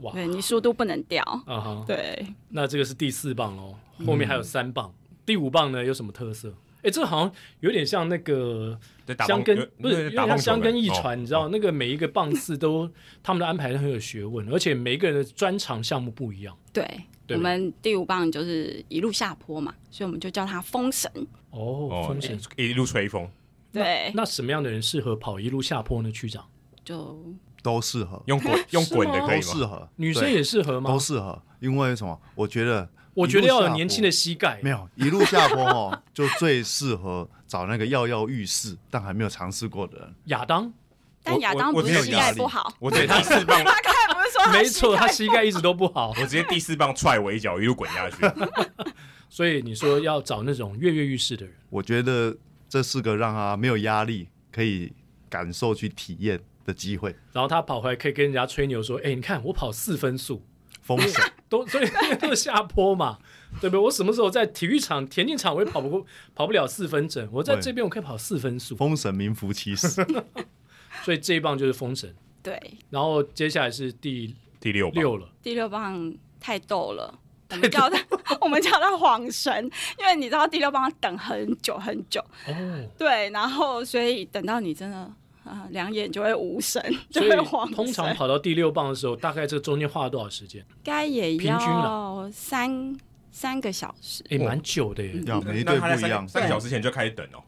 Speaker 2: 哇
Speaker 3: 对你速度不能掉，
Speaker 2: 啊哈，
Speaker 3: 对，
Speaker 2: 那这个是第四棒喽，
Speaker 1: 嗯
Speaker 2: 后面还有三棒，第五棒呢有什么特色？哎，这好像有点像那个
Speaker 1: 在打
Speaker 2: 香
Speaker 1: 棒
Speaker 2: 根
Speaker 1: 有，
Speaker 2: 不是有
Speaker 1: 有
Speaker 2: 点
Speaker 1: 打
Speaker 2: 像
Speaker 1: 棒球
Speaker 2: 香
Speaker 1: 的
Speaker 2: 根一传，
Speaker 1: 哦
Speaker 2: 你知道那个每一个棒次都他们的安排都很有学问，而且每一个人的专长项目不一样。
Speaker 3: 对。
Speaker 2: 对
Speaker 3: 我们第五棒就是一路下坡嘛，所以我们就叫它风神。
Speaker 2: 哦，
Speaker 1: 哦
Speaker 2: 风险，
Speaker 1: 一路吹风，
Speaker 3: 对，
Speaker 2: 那什么样的人适合跑一路下坡呢？区长，
Speaker 3: 就
Speaker 4: 都适合，
Speaker 1: 用
Speaker 3: *laughs*
Speaker 1: 滚用滚的
Speaker 2: 吗
Speaker 1: 可
Speaker 4: 都
Speaker 1: 以吗？
Speaker 4: 适合，
Speaker 2: 女生
Speaker 4: 对
Speaker 2: 也适合吗？
Speaker 4: 都适合，因为什么？我觉得，
Speaker 2: 我觉得要有年轻的。膝盖，
Speaker 4: *laughs* 没有一路下坡哦，就最适合找那个跃跃欲试但还没有尝试过的人。
Speaker 2: 亚当，
Speaker 3: 但
Speaker 1: 我
Speaker 3: 亚当
Speaker 1: 我
Speaker 3: 不
Speaker 1: 我没
Speaker 3: 是
Speaker 1: 有
Speaker 3: 膝
Speaker 1: 压
Speaker 3: 盖
Speaker 1: 力
Speaker 3: 不好， *laughs*
Speaker 1: 我直接第四棒，
Speaker 3: 他刚才不是说他
Speaker 2: 没
Speaker 3: 啊膝
Speaker 2: 错，他
Speaker 3: 盖啊
Speaker 2: 膝盖一直都不好
Speaker 1: 我，直接第四棒踹我一脚，一路滚
Speaker 2: *laughs*
Speaker 1: 下去。
Speaker 2: 所以你说要找那种跃跃欲试的人，
Speaker 4: 我觉得这是个让他没有压力，可以感受去体验的机会。
Speaker 2: 然后他跑回来可以跟人家吹牛说：“哎，你看我跑四分速，
Speaker 4: 风
Speaker 2: *laughs*
Speaker 4: 神
Speaker 3: 啊
Speaker 2: 都所以都是下坡嘛，对不对？我什么时候在体育场、田径场我也跑不过，跑不了四分整，我在
Speaker 4: 对
Speaker 2: 这边我可以跑四分速，
Speaker 4: 风神名副其实，
Speaker 2: *laughs* 所以这一棒就是封神。
Speaker 3: 对
Speaker 2: 然后接下来是第
Speaker 1: 第六棒，
Speaker 2: 六了，
Speaker 3: 第六棒太逗了。我们叫他，我们叫他黄神，因为你知道第六棒要等很久很久， *laughs*
Speaker 2: 哦，
Speaker 3: 对，然后所以等到你真的啊、呃两眼就会无神，就
Speaker 2: 所
Speaker 3: 会
Speaker 2: 以
Speaker 3: 黄神。
Speaker 2: 通常跑到第六棒的时候，大概这中间花了多少时间？
Speaker 3: 该也
Speaker 2: 均
Speaker 3: 要三三个小时，
Speaker 2: 哎，蛮久的
Speaker 3: 嗯
Speaker 2: 耶。
Speaker 4: 要每一
Speaker 1: 那
Speaker 4: 队
Speaker 1: 他在
Speaker 4: 不一
Speaker 1: 三
Speaker 4: 样
Speaker 1: 个。三个小时前就开始等哦，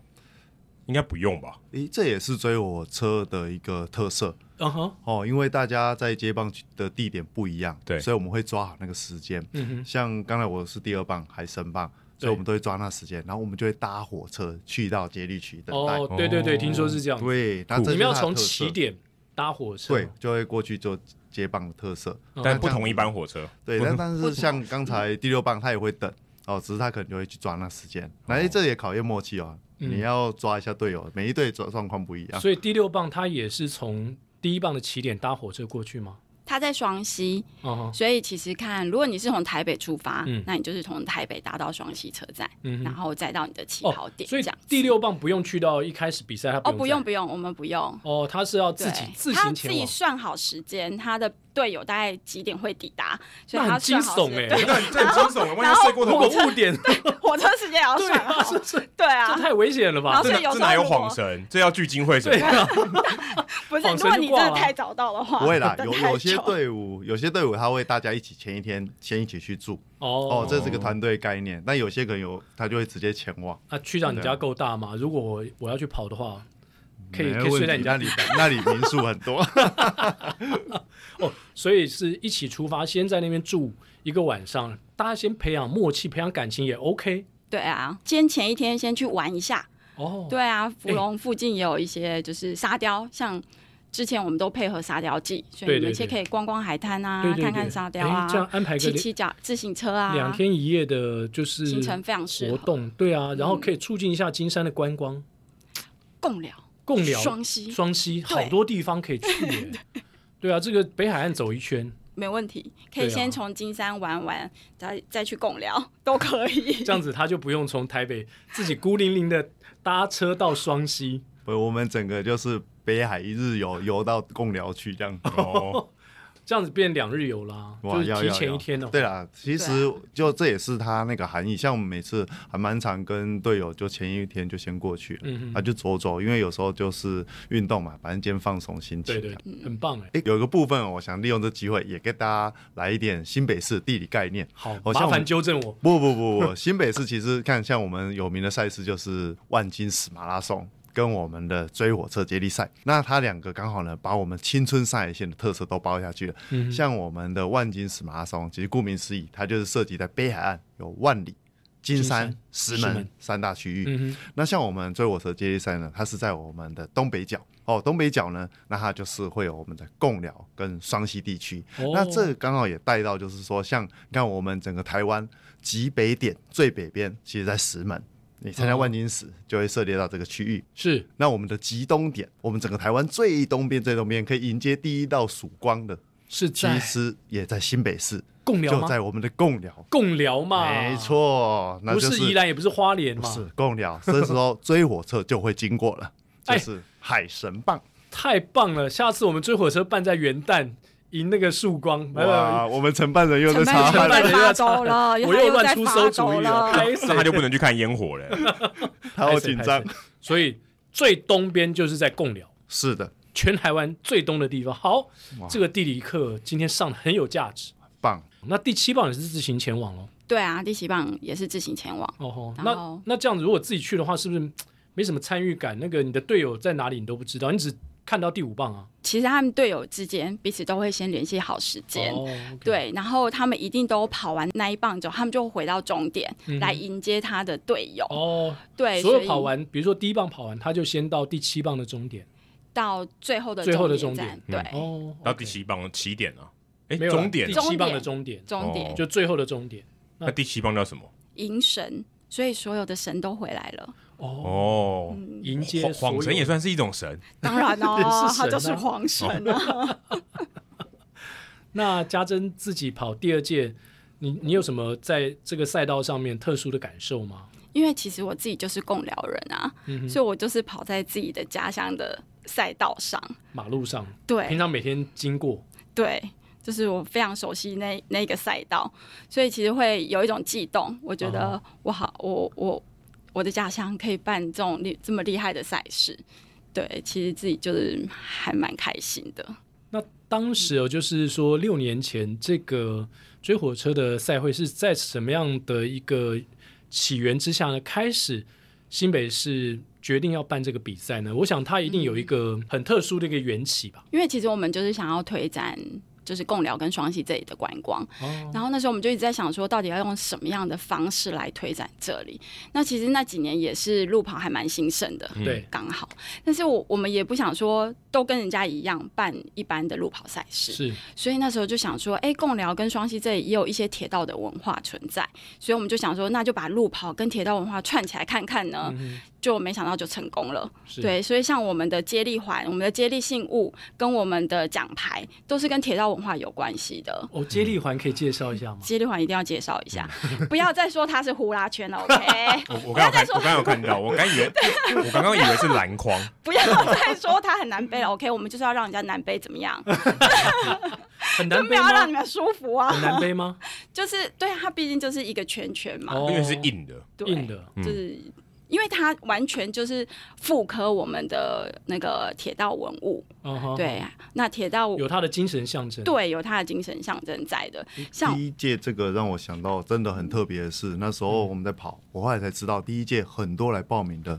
Speaker 1: 应该不用吧？
Speaker 4: 诶，这也是追我车的一个特色
Speaker 2: 嗯哼，
Speaker 4: 哦，因为大家在接棒的地点不一样，
Speaker 1: 对
Speaker 4: 所以我们会抓好那个时间。
Speaker 2: 嗯哼，
Speaker 4: 像刚才我是第二棒海参棒，
Speaker 2: 对
Speaker 4: 所以我们都会抓那时间，然后我们就会搭火车去到接力区等待。
Speaker 2: 哦，对对对，
Speaker 1: 哦
Speaker 2: 听说是这样子。
Speaker 4: 对，那这
Speaker 2: 你
Speaker 4: 就是
Speaker 2: 们要
Speaker 4: 它的
Speaker 2: 从
Speaker 4: 特色
Speaker 2: 起点搭火车，
Speaker 4: 对，就会过去做接棒的特色。
Speaker 2: 嗯，
Speaker 1: 但不同一班火车，
Speaker 4: 对，
Speaker 1: *laughs*
Speaker 4: 但但是像刚才第六棒他也会等哦，只是他可能就会去抓那时间。那哎，这也考验默契哦，
Speaker 2: 嗯
Speaker 4: 你要抓一下队友，每一队状状况不一样。
Speaker 2: 所以第六棒它也是从第一棒的起点搭火车过去吗？
Speaker 3: 他在双溪，
Speaker 2: 哦、哈
Speaker 3: 所以其实看，如果你是从台北出发，
Speaker 2: 嗯
Speaker 3: 那你就是从台北搭到双溪车站，
Speaker 2: 嗯
Speaker 3: 然
Speaker 2: 哼，
Speaker 3: 后再到你的起跑点，
Speaker 2: 所以
Speaker 3: 这样。
Speaker 2: 第六棒不用去到一开始比赛，它
Speaker 3: 哦，不用
Speaker 2: 在
Speaker 3: 不用，我们不用。
Speaker 2: 哦，它是要自己
Speaker 3: 对，
Speaker 2: 自
Speaker 3: 他
Speaker 2: 行
Speaker 3: 自
Speaker 2: 前
Speaker 3: 己
Speaker 2: 往，
Speaker 3: 算好时间，他的队友大概几点会抵达，所以
Speaker 2: 那
Speaker 3: 他
Speaker 2: 很惊
Speaker 3: 算好时
Speaker 2: 悚
Speaker 3: 间。
Speaker 2: 哎、
Speaker 1: 那你这很惊悚了，万一睡过
Speaker 2: 如
Speaker 1: 头哦
Speaker 2: 果
Speaker 1: 了，
Speaker 2: 误 *laughs* 点，
Speaker 3: 火车时间也要
Speaker 2: 对
Speaker 3: 算
Speaker 2: 啊，
Speaker 3: 好，
Speaker 2: 这这
Speaker 3: 对
Speaker 2: 这
Speaker 3: 啊，
Speaker 2: 太危险了吧
Speaker 3: 然后？所以有
Speaker 1: 这
Speaker 3: 时
Speaker 1: 哪
Speaker 3: 候
Speaker 1: 有
Speaker 3: 如
Speaker 1: 晃
Speaker 3: 果
Speaker 1: 神？这要聚精会神
Speaker 2: 对。啊， *laughs*
Speaker 3: 不是，
Speaker 2: 晃神
Speaker 3: 如果
Speaker 2: 就
Speaker 3: 你真
Speaker 2: 挂
Speaker 3: 的
Speaker 2: 了
Speaker 3: 太早到的话，
Speaker 4: 不会
Speaker 2: *laughs*
Speaker 4: 啦，
Speaker 3: *laughs* 等
Speaker 4: 有
Speaker 3: 太
Speaker 4: 有些
Speaker 3: 久
Speaker 4: 队伍，有些队伍他会大家一起前一天先一起去住
Speaker 2: 哦
Speaker 4: 哦，这是个团队概念。但有些可能有他就会直接前往，
Speaker 2: 那区长你
Speaker 4: 对
Speaker 2: 家
Speaker 4: 啊
Speaker 2: 够大吗？如果我我要去跑的话，可以
Speaker 4: 没
Speaker 2: 可以睡
Speaker 4: 问
Speaker 2: 在
Speaker 4: 题
Speaker 2: 你家
Speaker 4: 那里，那里民宿很多。 *laughs*
Speaker 2: 哦，所以是一起出发，先在那边住一个晚上，大家先培养默契，培养感情也 OK。
Speaker 3: 对啊，先前一天先去玩一下。
Speaker 2: 哦，
Speaker 3: 对啊，芙蓉附近也有一些就是沙雕，像之前我们都配合沙雕季，
Speaker 2: 对
Speaker 3: 所以
Speaker 2: 对
Speaker 3: 你们
Speaker 2: 对
Speaker 3: 先可以逛逛海滩啊，
Speaker 2: 对对对，
Speaker 3: 看看沙雕
Speaker 2: 哎
Speaker 3: 啊，
Speaker 2: 这样安排个
Speaker 3: 骑
Speaker 2: 两
Speaker 3: 骑脚自行车啊，
Speaker 2: 两天一夜的，就是
Speaker 3: 行程非常适
Speaker 2: 活
Speaker 3: 合
Speaker 2: 动，对
Speaker 3: 嗯
Speaker 2: 啊，然后可以促进一下金山的观光，
Speaker 3: 共聊、
Speaker 2: 共聊
Speaker 3: 双溪，
Speaker 2: 双溪，好多地方可以去
Speaker 3: *laughs*
Speaker 2: 耶。对啊，这个北海岸走一圈，
Speaker 3: 没问题，可
Speaker 2: 对
Speaker 3: 以
Speaker 2: 啊
Speaker 3: 先从金山玩完，再再去共聊 *laughs* 都可以。
Speaker 2: 这样子他就不用从台北自己孤零零的搭车到双溪。
Speaker 4: 不，我们整个就是北海一日游游到贡寮去这样。
Speaker 1: *laughs* 哦，
Speaker 2: 这样子变两日游啦，
Speaker 4: 哇，
Speaker 2: 就
Speaker 4: 要
Speaker 2: 是提
Speaker 4: 要
Speaker 2: 前
Speaker 4: 要
Speaker 2: 一天哦。
Speaker 4: 对啦，其实就这也是它那个含义。像我们每次还蛮常跟队友就前一天就先过去了，
Speaker 2: 嗯
Speaker 4: 啊就走走，因为有时候就是运动嘛，反正今天放松心
Speaker 2: 对
Speaker 4: 情。
Speaker 2: 对，
Speaker 3: 嗯
Speaker 2: 很棒哎。
Speaker 4: 哎，有一个部分，我想利用这机会也给大家来一点新北市地理概念。
Speaker 2: 好，
Speaker 4: 好哦像
Speaker 2: 麻
Speaker 4: 我
Speaker 2: 烦
Speaker 4: 们
Speaker 2: 纠正我。
Speaker 4: 不不不 *laughs* 不，新北市其实看像我们有名的赛事就是万金石马拉松跟我们的追火车接力赛，那它两个刚好呢把我们青春上海线的特色都包下去了。
Speaker 2: 嗯
Speaker 4: 像我们的万金石马拉松，其实顾名思义，它就是涉及在北海岸有万里、金山、石
Speaker 2: 石
Speaker 4: 门
Speaker 2: 门
Speaker 4: 三大区域。
Speaker 2: 嗯
Speaker 4: 那像我们追火车接力赛呢，它是在我们的东北角哦，东北角呢，那它就是会有我们的贡寮跟双溪地区。
Speaker 2: 哼，哦
Speaker 4: 那这刚好也带到，就是说，像你看我们整个台湾极北点最北边，其实在石门，你参加万金
Speaker 2: 哦
Speaker 4: 石就会涉猎到这个区域。
Speaker 2: 是
Speaker 4: 那我们的极东点，我们整个台湾最东边最东边可以迎接第一道曙光的，
Speaker 2: 是
Speaker 4: 其
Speaker 2: 在
Speaker 4: 实也在新北市，
Speaker 2: 共聊
Speaker 4: 就
Speaker 2: 吗？
Speaker 4: 在我们的贡寮。
Speaker 2: 共聊嘛，
Speaker 4: 没，错，那
Speaker 2: 不
Speaker 4: 就是
Speaker 2: 宜兰，也不是花莲
Speaker 4: 不
Speaker 2: 嘛，
Speaker 4: 是贡寮，这时候追火车就会经过了，就
Speaker 2: 哎
Speaker 4: 是海神棒。
Speaker 2: 太棒了！下次我们追火车办在元旦，迎那个曙光，拜拜。
Speaker 4: 哇，我们承办人又在
Speaker 3: 承办人
Speaker 4: 插
Speaker 2: 办
Speaker 4: 话了，
Speaker 2: 人又
Speaker 3: 在
Speaker 2: 在
Speaker 3: 发
Speaker 2: 插
Speaker 3: 抖
Speaker 2: *laughs*
Speaker 3: 了，
Speaker 2: 我
Speaker 3: 他
Speaker 2: 又
Speaker 3: 又
Speaker 2: 乱
Speaker 3: 在
Speaker 2: 出馊
Speaker 3: 发
Speaker 2: 主
Speaker 3: 抖
Speaker 2: 意了，
Speaker 3: 了。
Speaker 2: 拍死
Speaker 1: 那他就不能去看烟火了。
Speaker 4: 他好紧张。。
Speaker 2: 所以最东边就是在贡寮，
Speaker 4: 是的，
Speaker 2: 全台湾最东的地方。好，
Speaker 4: 哇
Speaker 2: 这个地理课今天上的很有价值。
Speaker 4: 棒。
Speaker 2: 那第七棒也是自行前往哦喽。
Speaker 3: 对啊，第七棒也是自行前往。
Speaker 2: 哦吼，
Speaker 3: 然
Speaker 2: 那
Speaker 3: 后
Speaker 2: 那这样子，如果自己去的话，是不是没什么参与感？那个你的队友在哪里你都不知道，你只看到第五棒啊。
Speaker 3: 其实他们队友之间彼此都会先联系好时间。
Speaker 2: 哦，OK，
Speaker 3: 对，然后他们一定都跑完那一棒之后，他们就回到终点、
Speaker 2: 嗯哼
Speaker 3: 来迎接他的队友。
Speaker 2: 哦，
Speaker 3: 对，
Speaker 2: 所
Speaker 3: 所
Speaker 2: 有
Speaker 3: 以
Speaker 2: 跑完，比如说第一棒跑完，他就先到第七棒的终点。
Speaker 3: 到最后的
Speaker 2: 最后的
Speaker 3: 终
Speaker 2: 终
Speaker 3: 站，
Speaker 1: 点
Speaker 3: 对，
Speaker 2: 哦，
Speaker 1: 到第七棒起点啊，哎，
Speaker 2: 没有啦
Speaker 1: 终点
Speaker 2: 第
Speaker 1: 啊
Speaker 2: 七棒的终点，
Speaker 3: 终
Speaker 1: 哦
Speaker 3: 点
Speaker 2: 就最后的终点。
Speaker 1: 那第七棒叫什么？
Speaker 3: 迎神，所以所有的神都回来
Speaker 2: *laughs*
Speaker 3: 了。
Speaker 2: 哦，
Speaker 1: 哦，
Speaker 3: 嗯
Speaker 2: 迎接
Speaker 1: 晃
Speaker 2: 所有
Speaker 1: 晃神也算是一种神，
Speaker 3: 当然
Speaker 2: 也是
Speaker 3: 哦
Speaker 2: 神，
Speaker 3: 他就
Speaker 2: 啊
Speaker 3: 是皇神啊。
Speaker 2: 那家珍自己跑第二届，你你有什么在这个赛道上面特殊的感受吗？
Speaker 3: 因为其实我自己就是共寮人啊，
Speaker 2: 嗯哼，
Speaker 3: 所以我就是跑在自己的家乡的赛道上。
Speaker 2: 马路上平
Speaker 3: 对
Speaker 2: 常每天经过，
Speaker 3: 对，就是我非常熟悉那那个赛道，所以其实会有一种悸动。我觉
Speaker 2: 哦
Speaker 3: 得我好，我我我的家乡可以办这种厉这么厉害的赛事。对，其实自己就是还蛮开心的。
Speaker 2: 那当时哦，就是说六年前这个追火车的赛会是在什么样的一个起源之下呢？开始新北市决定要办这个比赛呢？我想它一定有一个很特殊的一个缘起吧。
Speaker 3: 因为其实我们就是想要推展就是贡寮跟双溪这里的观光，
Speaker 2: 哦，
Speaker 3: 然后那时候我们就一直在想说，到底要用什么样的方式来推展这里？那其实那几年也是路跑还蛮兴盛的，
Speaker 1: 嗯
Speaker 2: 对，
Speaker 3: 刚好。但是我我们也不想说都跟人家一样办一般的路跑赛事，
Speaker 2: 是
Speaker 3: 所以那时候就想说，哎，贡寮跟双溪这里也有一些铁道的文化存在，所以我们就想说，那就把路跑跟铁道文化串起来看看呢。
Speaker 2: 嗯
Speaker 3: 就没想到就成功了。
Speaker 2: 是，
Speaker 3: 对，所以像我们的接力环、我们的接力信物跟我们的奖牌，都是跟铁道文化有关系的。
Speaker 2: 哦，接力环可以介绍一下吗？
Speaker 3: 接力环一定要介绍一下，
Speaker 2: 嗯
Speaker 3: 不要再说它是呼啦
Speaker 2: *laughs*
Speaker 3: 圈了，OK？ *laughs*
Speaker 1: 我我
Speaker 3: 不要
Speaker 1: 刚刚有
Speaker 3: 哎再
Speaker 1: 看，
Speaker 3: 说
Speaker 1: 我刚刚有看到，我刚以 *laughs* 为，我刚刚以为是篮筐，
Speaker 3: 不要再说它很难背了，OK？我们就是要让人家难背，怎么样？
Speaker 2: 很
Speaker 3: *laughs* 就
Speaker 2: 难
Speaker 3: 没
Speaker 2: 背
Speaker 3: 有要让你
Speaker 2: 吗？
Speaker 3: 们舒服啊
Speaker 2: 很。难背吗？
Speaker 3: 就是对啊，它毕竟就是一个圈圈嘛，
Speaker 2: 哦
Speaker 1: *laughs* 因为是硬的，
Speaker 3: 对，
Speaker 2: 硬的，
Speaker 1: 嗯
Speaker 3: 就是。因为它完全就是复刻我们的那个铁道文物，
Speaker 2: 嗯哼，，
Speaker 3: 对，啊那铁道
Speaker 2: 有嗯它的精神象征。，
Speaker 3: 对有它的精神象征在的，像
Speaker 4: 第一届这个让我想到真的很特别的是，那时候
Speaker 2: 嗯
Speaker 4: 我们在跑，我后来才知道，第一届很多来报名的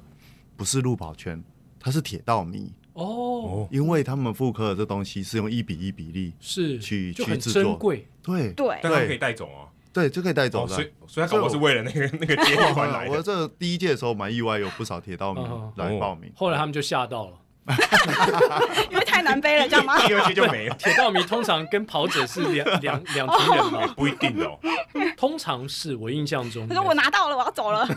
Speaker 4: 不是路跑圈，他是铁道迷，
Speaker 2: 哦，
Speaker 1: 哦，
Speaker 4: 因为他们复刻的这东西是用一比一比例，
Speaker 2: 是，
Speaker 4: 去
Speaker 2: 就很
Speaker 4: 去制
Speaker 2: 珍
Speaker 4: 作
Speaker 2: 贵。
Speaker 4: 对
Speaker 3: 对
Speaker 1: 但他们可以带走哦，
Speaker 4: 对，就可以带走
Speaker 1: 哦，
Speaker 4: 的
Speaker 1: 所。以所以他搞不好是为了那个那个接力换来
Speaker 4: *laughs* 我
Speaker 1: 的。哦
Speaker 4: 这第一届的时候蛮意外，有不少铁道迷
Speaker 2: 嗯
Speaker 4: 来报名。
Speaker 2: 后来他们就吓到了。
Speaker 3: 因为太难背了，这样吗？
Speaker 1: *laughs* 第二届就没了，
Speaker 2: 铁道迷通常跟跑者是两两两群人嘛，
Speaker 1: 不一定哦。 *laughs*
Speaker 2: 通常是我印象中
Speaker 3: *laughs* 他，说我拿到了，我要走 *laughs* 了，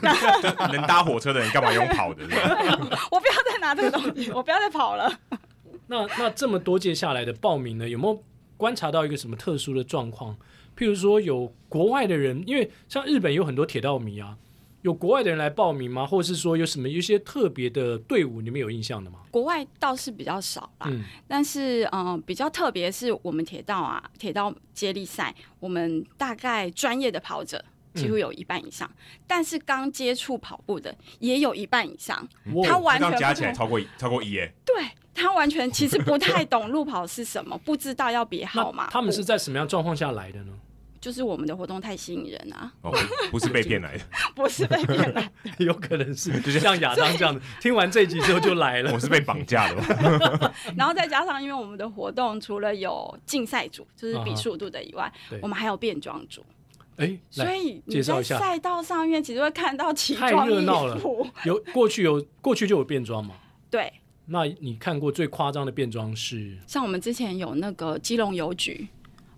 Speaker 1: 能搭火车的人干嘛用跑
Speaker 3: *laughs*
Speaker 1: 的？是吧
Speaker 3: 我不要再拿这个东 *laughs* 西，我不要再跑了。
Speaker 2: 那那这么多届下来的报名呢，有没有观察到一个什么特殊的状况？譬如说有国外的人，因为像日本有很多铁道迷啊，有国外的人来报名吗？或者是说有什么一些特别的队伍，你们有印象的吗？
Speaker 3: 国外倒是比较少啦，
Speaker 2: 嗯，
Speaker 3: 但是嗯、呃比较特别是我们铁道啊，铁道接力赛，我们大概专业的跑者几乎有一半以上，但是刚接触跑步的也有一半以上，
Speaker 2: 哇
Speaker 3: 他完
Speaker 1: 嗯这
Speaker 3: 全
Speaker 1: 样
Speaker 3: 不
Speaker 1: 加起来
Speaker 3: 同，
Speaker 1: 超过一超过一耶，
Speaker 3: 对他完全其实不太懂路跑是什么，不知道要别号
Speaker 2: 那
Speaker 3: *laughs* 码，
Speaker 2: 他们是在什么样状况下来的
Speaker 3: *laughs*
Speaker 2: 呢？
Speaker 3: 就是我们的活动太吸引人啊，
Speaker 1: 哦，不是被骗来的，
Speaker 3: *laughs* 不是被骗来，
Speaker 2: 有可能是就像亚当这样的，听完这集之后就来了
Speaker 1: 我。是被绑架的吧。
Speaker 3: *laughs* 然后再加上因为我们的活动除了有竞赛组，就是比速度的以外，
Speaker 2: 啊对
Speaker 3: 我们还有变装组，
Speaker 2: 哎，来
Speaker 3: 所以
Speaker 2: 介
Speaker 3: 你
Speaker 2: 绍
Speaker 3: 在
Speaker 2: 一下
Speaker 3: 赛道上面其实会看到奇
Speaker 2: 太
Speaker 3: 装
Speaker 2: 热
Speaker 3: 异
Speaker 2: 闹了
Speaker 3: 服，
Speaker 2: 有过去有过去就有变装嘛？
Speaker 3: 对。
Speaker 2: 那你看过最夸张的变装是
Speaker 3: 像我们之前有那个基隆邮局，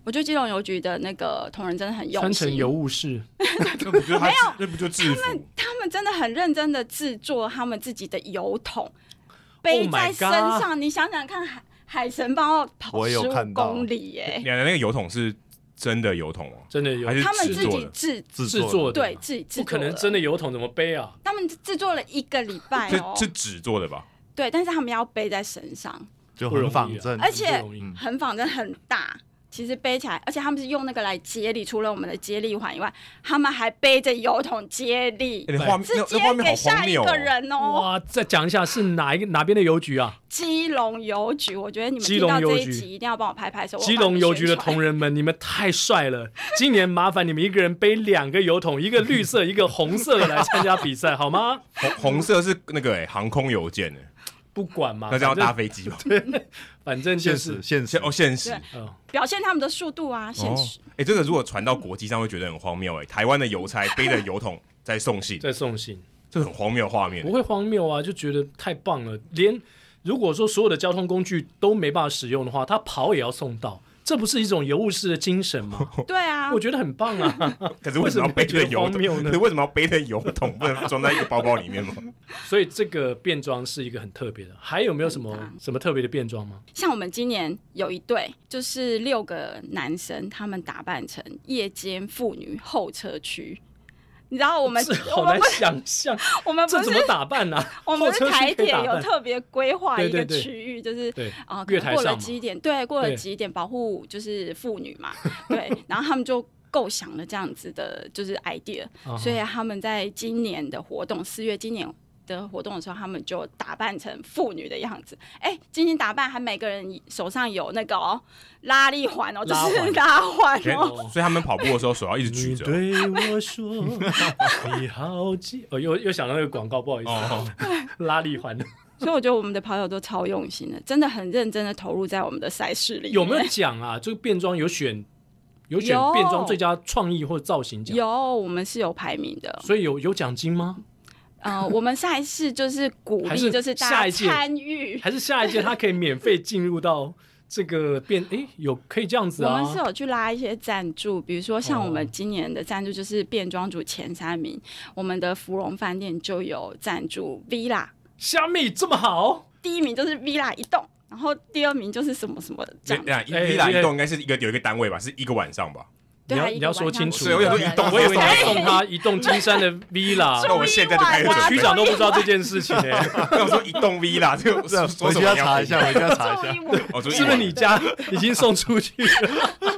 Speaker 3: 我觉得基隆邮局的那个同仁真的很用
Speaker 2: 穿成
Speaker 3: 心，
Speaker 2: 邮务士？
Speaker 1: 那不就他那不就制服？
Speaker 3: 他们真的很认真的制作他们自己的邮筒，
Speaker 2: Oh my
Speaker 3: 背在身上。你想想看，海海神帮我跑
Speaker 4: 我
Speaker 3: 十
Speaker 4: 有
Speaker 3: 五
Speaker 4: 看到
Speaker 3: 公里耶、
Speaker 1: 你的那个油桶是真的油桶哦，
Speaker 2: 真的有
Speaker 1: 还是
Speaker 3: 他们
Speaker 1: 制
Speaker 3: 自
Speaker 1: 作
Speaker 3: 己
Speaker 1: 的？
Speaker 3: 制
Speaker 4: 制
Speaker 2: 制
Speaker 4: 作
Speaker 2: 作的，
Speaker 3: 对，自己制
Speaker 2: 不可
Speaker 3: 作
Speaker 2: 能
Speaker 3: 了
Speaker 2: 真的油桶怎么背啊？
Speaker 3: 他们制作了一个礼拜哦、
Speaker 1: 是是纸做的吧？
Speaker 3: 对，但是他们要背在身上，
Speaker 4: 就
Speaker 2: 不容易
Speaker 4: 很
Speaker 2: 啊
Speaker 4: 仿真，
Speaker 3: 而且
Speaker 2: 不容易
Speaker 4: 嗯
Speaker 3: 很仿真很大。其实背起来，而且他们是用那个来接力，除了我们的接力环以外，他们还背着油桶接力
Speaker 1: 哎，那画面
Speaker 3: 直
Speaker 1: 那
Speaker 3: 接
Speaker 1: 那画面好
Speaker 3: 给
Speaker 1: 荒
Speaker 3: 下一
Speaker 1: 谬哦
Speaker 3: 个！人哦。
Speaker 2: 哇，再讲一下是哪一个哪边的邮局啊？
Speaker 3: 基隆邮局，我觉得你们
Speaker 2: 基
Speaker 3: 听
Speaker 2: 隆
Speaker 3: 到这
Speaker 2: 邮
Speaker 3: 一
Speaker 2: 局
Speaker 3: 集一定要帮我拍拍手。
Speaker 2: 基隆邮局的
Speaker 3: 同
Speaker 2: 同仁们，你们太帅
Speaker 3: *laughs*
Speaker 2: 了！今年麻烦你们一个人背两个油桶，一个绿色，一个红色的来参加比赛，好吗？
Speaker 1: 红红色是那个哎航空邮件哎，
Speaker 2: 不管嘛，
Speaker 1: 那这样要
Speaker 2: 反正
Speaker 1: 搭飞机吧？
Speaker 2: 反正就
Speaker 4: 现
Speaker 2: 是
Speaker 4: 实，现
Speaker 1: *laughs*
Speaker 4: 实
Speaker 1: 现哦现实
Speaker 3: 对
Speaker 2: 嗯，
Speaker 3: 表现他们的速度啊，现
Speaker 1: 哦
Speaker 3: 实。，
Speaker 1: 哎，这个如果传到国际上会觉得很荒谬哎，台湾的邮差背着油桶在送信，
Speaker 2: 在送信
Speaker 1: 这很荒谬的画面
Speaker 2: 不。会荒谬啊，就觉得太棒了。连如果说所有的交通工具都没办法使用的话，他跑也要送到，这不是一种邮务士的精神
Speaker 3: *laughs*
Speaker 2: 吗？
Speaker 3: 对啊
Speaker 2: 我，觉得很棒啊。
Speaker 1: 可是为什么要背着油
Speaker 2: 为什么会觉得荒
Speaker 1: 桶？
Speaker 2: 谬呢
Speaker 1: 可是为什么要背着油桶？不能装在一个包包里面吗？
Speaker 2: 所以这个变装是一个很特别的。还有没有什么
Speaker 3: 很
Speaker 2: 什么特别的变装吗？
Speaker 3: 像我们今年有一对，就是六个男生，他们打扮成夜间妇女候车区。你知道我们
Speaker 2: 这
Speaker 3: 我
Speaker 2: 好
Speaker 3: 们
Speaker 2: 难
Speaker 3: 不
Speaker 2: 想象，
Speaker 3: *laughs* 我们
Speaker 2: 这
Speaker 3: 不
Speaker 2: 怎
Speaker 3: 是
Speaker 2: 么打扮啊？
Speaker 3: *laughs* 我
Speaker 2: 候 *laughs*
Speaker 3: 们
Speaker 2: 车
Speaker 3: 是台
Speaker 2: 区可以
Speaker 3: 铁
Speaker 2: 打
Speaker 3: 有
Speaker 2: 扮，
Speaker 3: 特别规划一
Speaker 2: 对对
Speaker 3: 个
Speaker 2: 对
Speaker 3: 区域，就是
Speaker 2: 对，
Speaker 3: 啊，可
Speaker 2: 月
Speaker 3: 能
Speaker 2: 台
Speaker 3: 过了
Speaker 2: 上嘛
Speaker 3: 几点，对，过
Speaker 2: 对
Speaker 3: 了几点保护就是妇女嘛，对，然后他们就构想了这样子的，就是 idea，
Speaker 2: 啊
Speaker 3: 所以他们在今年的活动，四月今年。的活动的时候，他们就打扮成妇女的样子。哎、精心打扮，还每个人手上有那个哦拉力环哦，就
Speaker 2: 拉环
Speaker 3: 是拉环
Speaker 1: 所以
Speaker 3: 哦。
Speaker 1: 所以他们跑步的时候手要一直举
Speaker 2: 你
Speaker 1: 着。
Speaker 2: 对我说你好记，哦，又又想到那个广告，不好意思，啊
Speaker 1: 哦，
Speaker 2: 拉力环 *laughs*
Speaker 3: 所以我觉得我们的跑友都超用心的，真的很认真的投入在我们的赛事里面。
Speaker 2: 有没有奖啊？这个变装有选有选
Speaker 3: 有
Speaker 2: 变装最佳创意或造型奖，
Speaker 3: 有，我们是有排名的。
Speaker 2: 所以有有奖金吗？
Speaker 3: 呃，我们下一次就是鼓
Speaker 2: 还
Speaker 3: 励，
Speaker 2: 是
Speaker 3: 就是
Speaker 2: 下
Speaker 3: 大
Speaker 2: 一
Speaker 3: 家
Speaker 2: 届
Speaker 3: 参与。
Speaker 2: 还是下一届他可以免费进入到这个变？诶，有可以这样子
Speaker 3: 我
Speaker 2: 啊？
Speaker 3: 们是有去拉一些赞助，比如说像我们今年的赞助就是变装组前三名，我们的芙蓉饭店就有赞助 villa，
Speaker 2: 虾米这么好？
Speaker 3: 第一名就是 villa 一栋，然后第二名就是什么什么
Speaker 1: 这
Speaker 3: 奖，
Speaker 1: 样一
Speaker 2: 哎
Speaker 1: 一打
Speaker 2: 哎
Speaker 1: 一栋应该是一个有一个单位吧，是一个晚上吧？
Speaker 2: 你
Speaker 3: 对
Speaker 2: 要
Speaker 3: 还有
Speaker 2: 你
Speaker 3: 一
Speaker 2: 要
Speaker 3: 个
Speaker 2: 说
Speaker 3: 晚上
Speaker 2: 清楚啊
Speaker 1: 是，我有时候一栋
Speaker 2: 我以为你要
Speaker 1: 我
Speaker 2: 送他一栋金山的 *laughs* villa，
Speaker 1: 那我现在就开始
Speaker 3: 注意
Speaker 1: 准
Speaker 3: 完
Speaker 1: 备
Speaker 2: 局长都不知道这件事情哎、
Speaker 1: 那 *laughs* 我说一栋 V 啦，这个
Speaker 4: 这
Speaker 1: 说
Speaker 4: 啊
Speaker 1: 说什
Speaker 4: 回去
Speaker 1: 么哦
Speaker 4: 要
Speaker 1: 你
Speaker 4: 查一下，回去
Speaker 2: *laughs*
Speaker 4: 要查一
Speaker 3: 注
Speaker 4: 下
Speaker 3: 意。我
Speaker 1: 我说
Speaker 2: 是不是你家已经送出去了？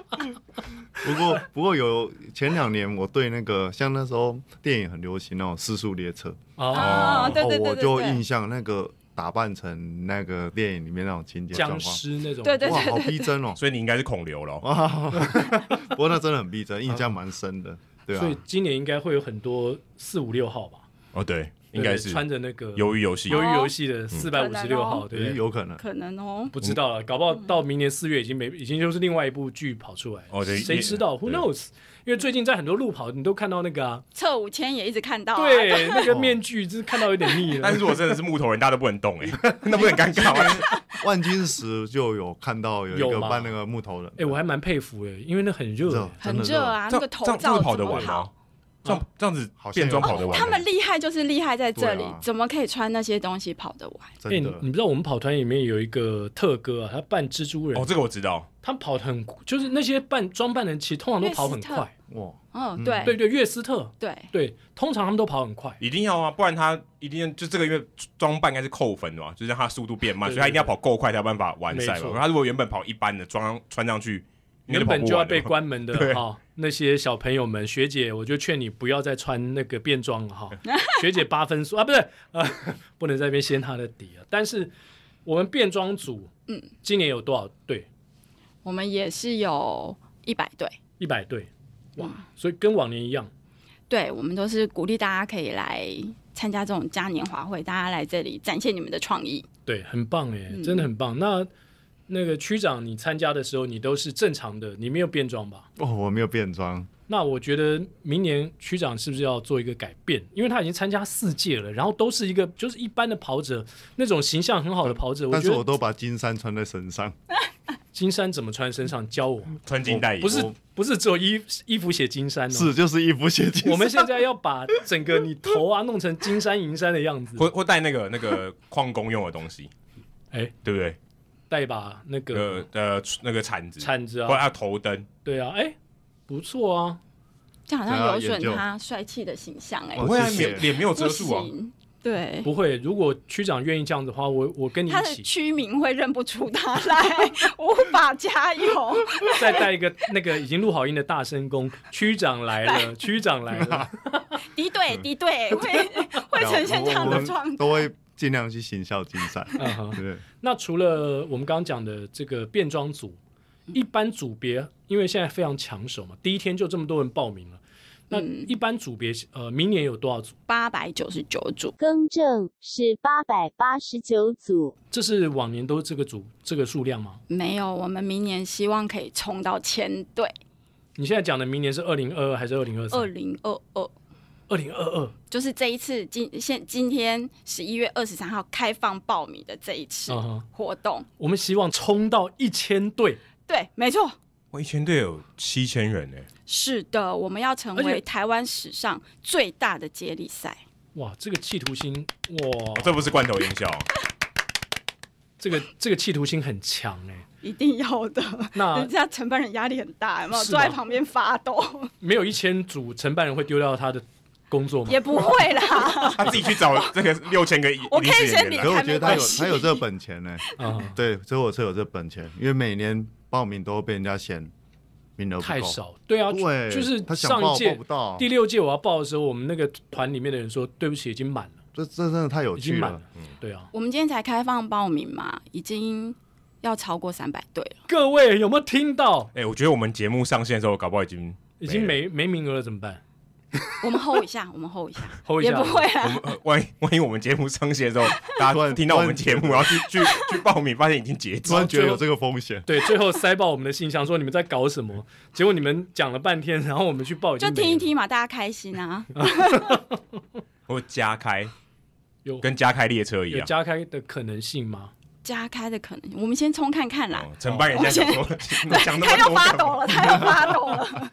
Speaker 4: 不过不过有前两年我对那个像那时候电影很流行那种四速列车，
Speaker 2: *laughs* 哦，
Speaker 3: 啊，
Speaker 1: 哦
Speaker 3: 对对
Speaker 4: 哦，我
Speaker 3: 对对
Speaker 4: 就
Speaker 3: 对
Speaker 4: 印，象那个打扮成那个电影里面那种情节状
Speaker 2: 僵
Speaker 4: 况，
Speaker 2: 尸那种，
Speaker 3: 对对
Speaker 4: 哇，好逼真哦！
Speaker 1: 所以你应该是孔刘了哦。
Speaker 4: 哇，不过那真的很逼真，印象蛮深的，对啊
Speaker 2: 所以。今年应该会有很多四五六号吧。
Speaker 1: 哦，对，应该是嗯
Speaker 2: 穿着哦那个
Speaker 1: 鱿鱼游戏
Speaker 2: 鱿鱼游戏的四百五十六号，对不
Speaker 4: 也
Speaker 2: 对？
Speaker 4: 有可能。
Speaker 3: 可能哦。
Speaker 2: 不知道了，搞不好到明年四月已经没，已经就是另外一部剧跑出来了，
Speaker 1: 哦对
Speaker 2: 谁知道？Who
Speaker 1: 对
Speaker 2: knows？因为最近在很多路跑，你都看到那个啊，
Speaker 3: 侧五千也一直看
Speaker 2: 哦
Speaker 3: 到、啊，
Speaker 2: 对，那个
Speaker 1: 哦
Speaker 2: 面具，真是看到有点腻
Speaker 1: 但
Speaker 2: 了
Speaker 1: 是。如果真的是木头人，大家都不能动哎、那不是很尴尬吗？
Speaker 4: 万金石就有看到有一
Speaker 2: 有
Speaker 4: 个
Speaker 2: 吗
Speaker 4: 扮那个木头人，
Speaker 2: 哎，我还蛮佩服哎，因为那很热
Speaker 4: 热，
Speaker 3: 很
Speaker 4: 真的
Speaker 3: 热啊，那个头
Speaker 1: 这样这
Speaker 3: 罩
Speaker 1: 样跑
Speaker 3: 怎
Speaker 1: 得
Speaker 3: 么
Speaker 1: 完
Speaker 3: 跑
Speaker 1: 吗？？这样这样子
Speaker 4: 好像
Speaker 1: 变装
Speaker 4: 有
Speaker 1: 跑得完吗？
Speaker 3: 哦他们厉害就是厉害在这里，
Speaker 4: 对啊
Speaker 3: 怎么可以穿那些东西跑得完？
Speaker 2: 哎，
Speaker 4: 真
Speaker 2: 你
Speaker 4: 的
Speaker 2: 你不知道我们跑团里面有一个特哥啊，他扮蜘蛛人
Speaker 1: 哦，，这个我知道，
Speaker 2: 他跑得很，就是那些扮装扮的人其实通常都跑很
Speaker 3: 略斯
Speaker 2: 快，
Speaker 4: 哇，
Speaker 3: 嗯，
Speaker 4: 嗯
Speaker 3: 对
Speaker 2: 对对，约斯特，
Speaker 3: 对
Speaker 2: 对，通常他们都跑很快，
Speaker 1: 一定要啊，不然他一定就这个因为装扮应该是扣分的嘛，就是让他速度变慢，
Speaker 2: 对对
Speaker 1: 所以他一定要跑够快才有办法完赛
Speaker 2: 没
Speaker 1: 嘛
Speaker 2: 错。
Speaker 1: 他如果原本跑一般的装穿上去，应该
Speaker 2: 原
Speaker 1: 跑
Speaker 2: 本
Speaker 1: 不
Speaker 2: 就要
Speaker 1: 完的
Speaker 2: 被关门的
Speaker 1: 对
Speaker 2: 哈、那些小朋友们，学姐，我就劝你不要再穿那个便装了 *laughs* 哈、学姐八分数啊，不是啊， *laughs* 不能在那边掀她的底啊。但是我们变装组，嗯，今年有多少队？
Speaker 3: 我们也是有一百对，
Speaker 2: 一百队，哇！所以跟往年一样，
Speaker 3: 对我们都是鼓励大家可以来参加这种嘉年华会，大家来这里展现你们的创意。
Speaker 2: 对，很棒哎、真的很棒。那那个区长，你参加的时候，你都是正常的，你没有变装吧？
Speaker 4: 哦，我没有变装，
Speaker 2: 那我觉得明年区长是不是要做一个改变？因为他已经参加四届了，然后都是一个就是一般的跑者，那种形象很好的跑者。
Speaker 4: 但是
Speaker 2: 觉
Speaker 4: 我
Speaker 2: 得
Speaker 4: 都把金衫穿在身上，
Speaker 2: 金山怎么穿身上教我，
Speaker 4: 嗯
Speaker 1: 穿金戴银，
Speaker 2: 不是不是只有衣衣服写金山哦。
Speaker 4: 是就是衣服写金衫。
Speaker 2: 我们现在要把整个你头啊弄成金山银山的样子。
Speaker 1: 或或带那个那个 *laughs* 矿工用的东西，
Speaker 2: 哎，
Speaker 1: 对不对？
Speaker 2: 带一把那个
Speaker 1: 呃呃，那个铲子，
Speaker 2: 铲子
Speaker 1: 或者
Speaker 2: 啊，
Speaker 1: 要头灯，
Speaker 2: 对啊，哎，不错啊，
Speaker 3: 这好像
Speaker 4: 大家
Speaker 3: 有损
Speaker 4: 研究
Speaker 3: 他帅气的形象哎、
Speaker 4: 哦
Speaker 1: 不会啊，
Speaker 4: 谢谢
Speaker 1: 脸脸没有遮
Speaker 3: 不
Speaker 1: 住啊，
Speaker 3: 行，对。
Speaker 2: 不会。如果区长愿意这样子的话，我我跟你
Speaker 3: 他
Speaker 2: 一
Speaker 3: 的
Speaker 2: 起
Speaker 3: 区名会认不出他来， *laughs* 无法加油。
Speaker 2: 再带一个那个已经录好音的大声公，区长来了，区长来了。
Speaker 3: 敌对，敌对，
Speaker 4: *laughs*
Speaker 3: 会会呈现这样
Speaker 4: 嗯我
Speaker 3: 的
Speaker 4: 们
Speaker 3: 状态。
Speaker 4: 都会尽量去行孝金山，
Speaker 2: 嗯哼
Speaker 4: 对，
Speaker 2: 那除了我们刚刚讲的这个变装组，一般组别因为现在非常抢手嘛，第一天就这么多人报名了。那
Speaker 3: 嗯
Speaker 2: 一般组别呃，明年有多少组？
Speaker 3: 八百九十九组，
Speaker 5: 更正是八百八十九组。
Speaker 2: 这是往年都这个组这个数量吗？
Speaker 3: 没有，我们明年希望可以冲到千队，
Speaker 2: 你现在讲的明年是二零二二还是二零二
Speaker 3: 二
Speaker 2: 三？
Speaker 3: 零二二，
Speaker 2: 二零二二
Speaker 3: 就是这一次今现今天十一月二十三号开放报名的这一次
Speaker 2: 嗯哼
Speaker 3: 活动。
Speaker 2: 我们希望冲到一千队，
Speaker 3: 对，没错，
Speaker 1: 我一千队有七千人哎，
Speaker 3: 是的，我们要成
Speaker 2: 而
Speaker 3: 为
Speaker 2: 且
Speaker 3: 台湾史上最大的接力赛。
Speaker 2: 哇！这个企图心，哇，
Speaker 1: 这不是罐头音啊效，
Speaker 2: 这个这个企图心很强哎、
Speaker 3: 一定要的，
Speaker 2: 那
Speaker 3: 人家承办人压力很大，有没有
Speaker 2: 是啊
Speaker 3: 坐
Speaker 2: 吧
Speaker 3: 在旁边发
Speaker 2: *laughs*
Speaker 3: 抖？
Speaker 2: 没有一千组承办人会丢掉他的工作吗
Speaker 3: 也？不会啦，
Speaker 1: *laughs* 他自己去找这个六千个一
Speaker 3: 我可以
Speaker 1: 零四
Speaker 3: 先
Speaker 1: 人员啊来
Speaker 3: 理
Speaker 4: 可是我
Speaker 3: 还
Speaker 4: 觉
Speaker 3: 没
Speaker 4: 得他
Speaker 3: 关
Speaker 4: 有
Speaker 3: 系
Speaker 4: 他有这本钱呢，
Speaker 2: 啊、
Speaker 4: 对，所以我是有这本钱，因为每年报名都被人家嫌名额不够
Speaker 2: 太，少，对啊，
Speaker 4: 对，
Speaker 2: 就是
Speaker 4: 他
Speaker 2: 上
Speaker 4: 想
Speaker 2: 一
Speaker 4: 报报
Speaker 2: 届
Speaker 4: 不到，
Speaker 2: 第六届我要报的时候，我们那个团里面的人说，对不起，已经满了，
Speaker 4: 这这真的太有
Speaker 2: 已
Speaker 4: 趣
Speaker 2: 经满
Speaker 4: 了嗯
Speaker 2: 了。。对啊，
Speaker 3: *laughs* 我们今天才开放报名嘛，已经要超过三百队了。
Speaker 2: 各位有没有听到？
Speaker 1: 哎、我觉得我们节目上线的时候，搞不好已经
Speaker 2: 已经
Speaker 1: 了。
Speaker 2: 没没名额了，怎么办？
Speaker 3: 我们 hold 一下，我们 hold 一下，
Speaker 2: hold 一
Speaker 3: 也
Speaker 2: 下
Speaker 3: 不会
Speaker 1: 我
Speaker 3: 啦。
Speaker 1: 们、呃、万一 *laughs* 万一我们节目上线的时候，大
Speaker 4: 突
Speaker 1: 家
Speaker 4: 然
Speaker 1: 听到我们节目，然后去去去报名，发现已经截止
Speaker 4: 突。然觉得有这个风险，
Speaker 2: 对，最后塞爆我们的信箱，说你们在搞什
Speaker 3: *laughs*
Speaker 2: 么？结果你们讲了半天，然后我们去报已经没
Speaker 3: 就听一
Speaker 2: 了，
Speaker 3: 听嘛，大家开
Speaker 2: *laughs*
Speaker 3: 心啊！
Speaker 1: 或加开，
Speaker 2: 有
Speaker 1: 跟加开列车一
Speaker 2: 有
Speaker 1: 样。
Speaker 2: 加开的可能性吗？
Speaker 3: 加开的可能，我们先冲看看啦。
Speaker 1: 哦承办人家想说， *laughs* 讲那么
Speaker 3: 他又
Speaker 1: 多
Speaker 3: 发
Speaker 1: 干
Speaker 3: 抖
Speaker 1: 嘛？
Speaker 3: 了，
Speaker 2: *laughs*
Speaker 3: 他又发抖了。